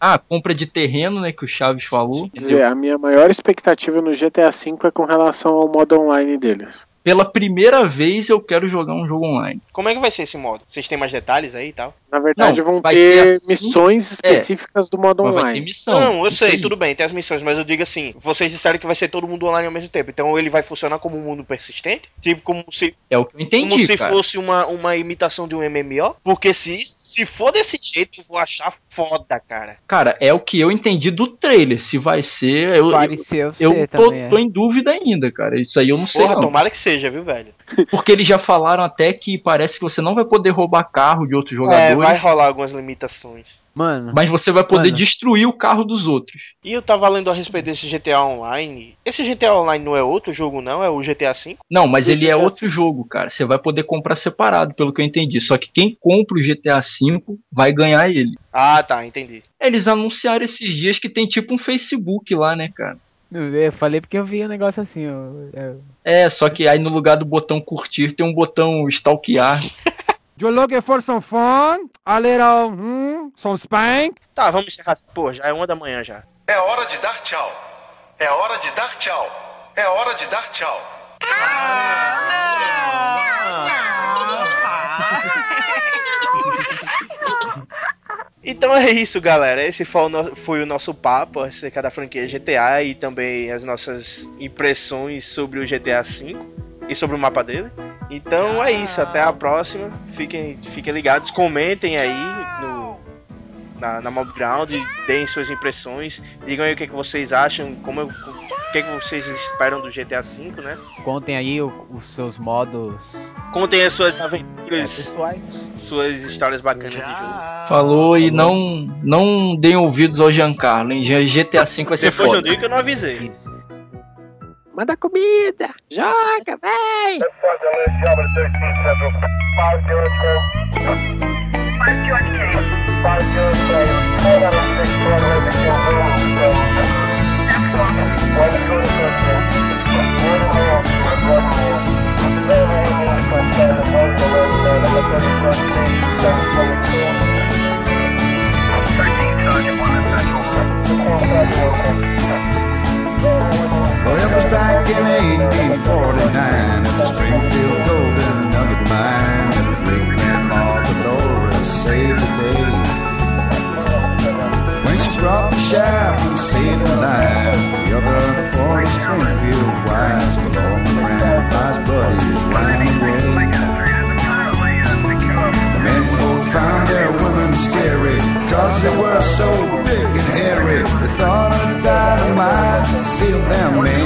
[SPEAKER 4] Ah, compra de terreno, né, que o Chaves falou.
[SPEAKER 3] é. Quer dizer, a minha maior expectativa no GTA V é com relação ao modo online deles.
[SPEAKER 4] pela primeira vez eu quero jogar um jogo online.
[SPEAKER 2] Como é que vai ser esse modo? Vocês têm mais detalhes aí e tal?
[SPEAKER 3] Na verdade,
[SPEAKER 4] Não,
[SPEAKER 3] vão
[SPEAKER 4] vai
[SPEAKER 3] ter
[SPEAKER 4] ter assim-
[SPEAKER 3] missões
[SPEAKER 4] É.
[SPEAKER 3] específicas do modo
[SPEAKER 4] Mas vai ter
[SPEAKER 3] online.
[SPEAKER 4] missão.
[SPEAKER 2] Não, eu
[SPEAKER 4] Isso
[SPEAKER 2] sei,
[SPEAKER 4] aí.
[SPEAKER 2] tudo bem, tem as missões, mas eu digo assim, vocês disseram que vai ser todo mundo online ao mesmo tempo, então ele vai funcionar como um mundo persistente? Tipo, como se,
[SPEAKER 4] É o que eu entendi,
[SPEAKER 2] como se
[SPEAKER 4] cara.
[SPEAKER 2] fosse uma, uma imitação de um MMO? Porque se, se for desse jeito, eu vou achar foda, cara.
[SPEAKER 4] Cara, é o que eu entendi do trailer. Se vai ser, eu, eu,
[SPEAKER 1] Pareceu
[SPEAKER 4] eu
[SPEAKER 1] ser
[SPEAKER 4] tô,
[SPEAKER 1] também. é.
[SPEAKER 4] tô em dúvida ainda, cara. Isso aí eu não sei.
[SPEAKER 2] Porra,
[SPEAKER 4] não.
[SPEAKER 2] tomara que seja, viu, velho?
[SPEAKER 4] Porque eles já falaram até que parece que você não vai poder roubar carro de outros
[SPEAKER 2] É,
[SPEAKER 4] jogadores,
[SPEAKER 2] vai rolar algumas limitações.
[SPEAKER 1] Mano,
[SPEAKER 4] mas você vai poder
[SPEAKER 1] Mano.
[SPEAKER 4] destruir o carro dos outros.
[SPEAKER 2] E eu tava lendo a respeito desse GTA Online. Esse GTA Online não é outro jogo, não? É o GTA V?
[SPEAKER 4] Não, mas
[SPEAKER 3] E
[SPEAKER 4] ele é
[SPEAKER 3] GTA V?
[SPEAKER 4] outro jogo, cara. Você vai poder comprar separado, pelo que eu entendi. Só que quem compra o GTA V vai ganhar ele.
[SPEAKER 2] Ah, tá, entendi.
[SPEAKER 4] Eles anunciaram esses dias que tem tipo um Facebook lá, né, cara?
[SPEAKER 1] eu falei porque eu vi um negócio assim. Eu, eu...
[SPEAKER 4] É, só que aí no lugar do botão curtir tem um botão stalkear.
[SPEAKER 7] You looking for some fun? A little, hmm, some spank?
[SPEAKER 2] Tá, vamos encerrar. Pô, já é uma da manhã já.
[SPEAKER 10] É hora de dar tchau. É hora de dar tchau. É hora de dar tchau.
[SPEAKER 2] Então é isso, galera. Esse foi o, no- foi o nosso papo acerca da franquia GTA e também as nossas impressões sobre o GTA V e sobre o mapa dele. Então é isso, até a próxima. Fiquem, fiquem ligados, comentem aí no, na, na Mobground, deem suas impressões, digam aí o que, é que vocês acham, como eu- o que, é que vocês esperam do GTA V, né?
[SPEAKER 1] Contem aí o- os seus modos
[SPEAKER 2] Contem as suas
[SPEAKER 1] é,
[SPEAKER 2] aventuras,
[SPEAKER 1] pessoais.
[SPEAKER 2] suas histórias bacanas de jogo.
[SPEAKER 4] Falou e não não deem ouvidos ao Giancarlo, hein? G- GTA V vai ser
[SPEAKER 2] Depois de um
[SPEAKER 4] foda.
[SPEAKER 2] dia que eu não avisei.
[SPEAKER 1] Isso.
[SPEAKER 3] Manda comida! Joga, véi!
[SPEAKER 10] Well, it was back in 1849 at the Springfield Golden Nugget Mine that a great grandma Dolores saved the day. When she brought the shaft and saved the lives, the other for the Springfield wives, but all my grandpa's buddies ran away. The men folk found their women scary, cause they were so big and hairy, they thought a dynamite sealed them in.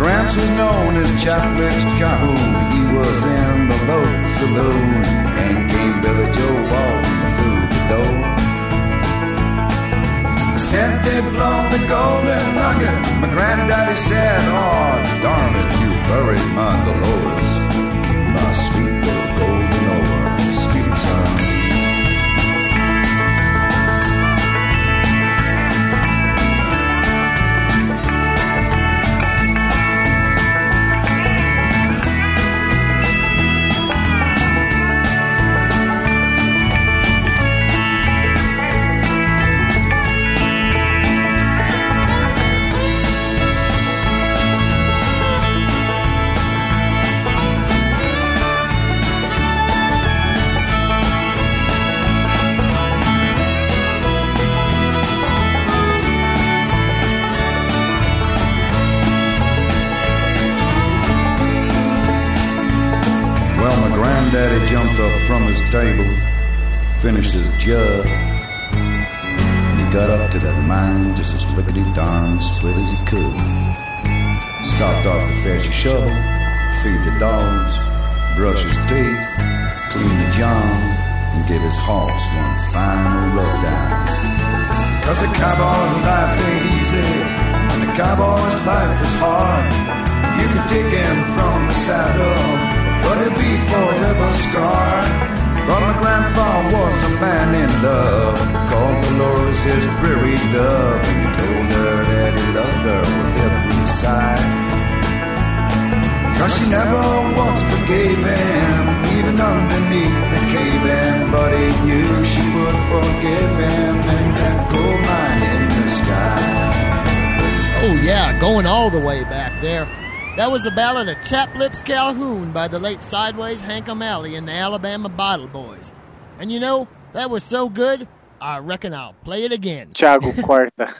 [SPEAKER 10] Gramps was known as Chocolate Calhoun. He was in the low saloon. And came Billy Joe walking through the door. Said they blown the golden nugget. My granddaddy said, Oh, darn it, you buried my Dolores. My sweet little golden oar, sweet son. Well, my granddaddy jumped up from his table, finished his jug, and he got up to that mine just as lickety darn split as he could. Stopped off to fetch a shovel, feed the dogs, brush his teeth, clean the john, and give his horse one final rub down. Cause a cowboy's life ain't easy, and a cowboy's life is hard. You can take him from the saddle, but he'll be forever scarred. But my grandpa was a man in love, called Dolores his prairie dove, and he told her that he loved her with every sigh. Cause she never once forgave him, even underneath the cave-in. But he knew she would forgive him in that coal mine in the sky.
[SPEAKER 11] Oh, yeah, going all the way back there. That was the ballad of Chap Lips Calhoun by the late Sideways Hank O'Malley and the Alabama Bottle Boys. And you know, that was so good, I reckon I'll play it again.
[SPEAKER 3] Thiago, corta.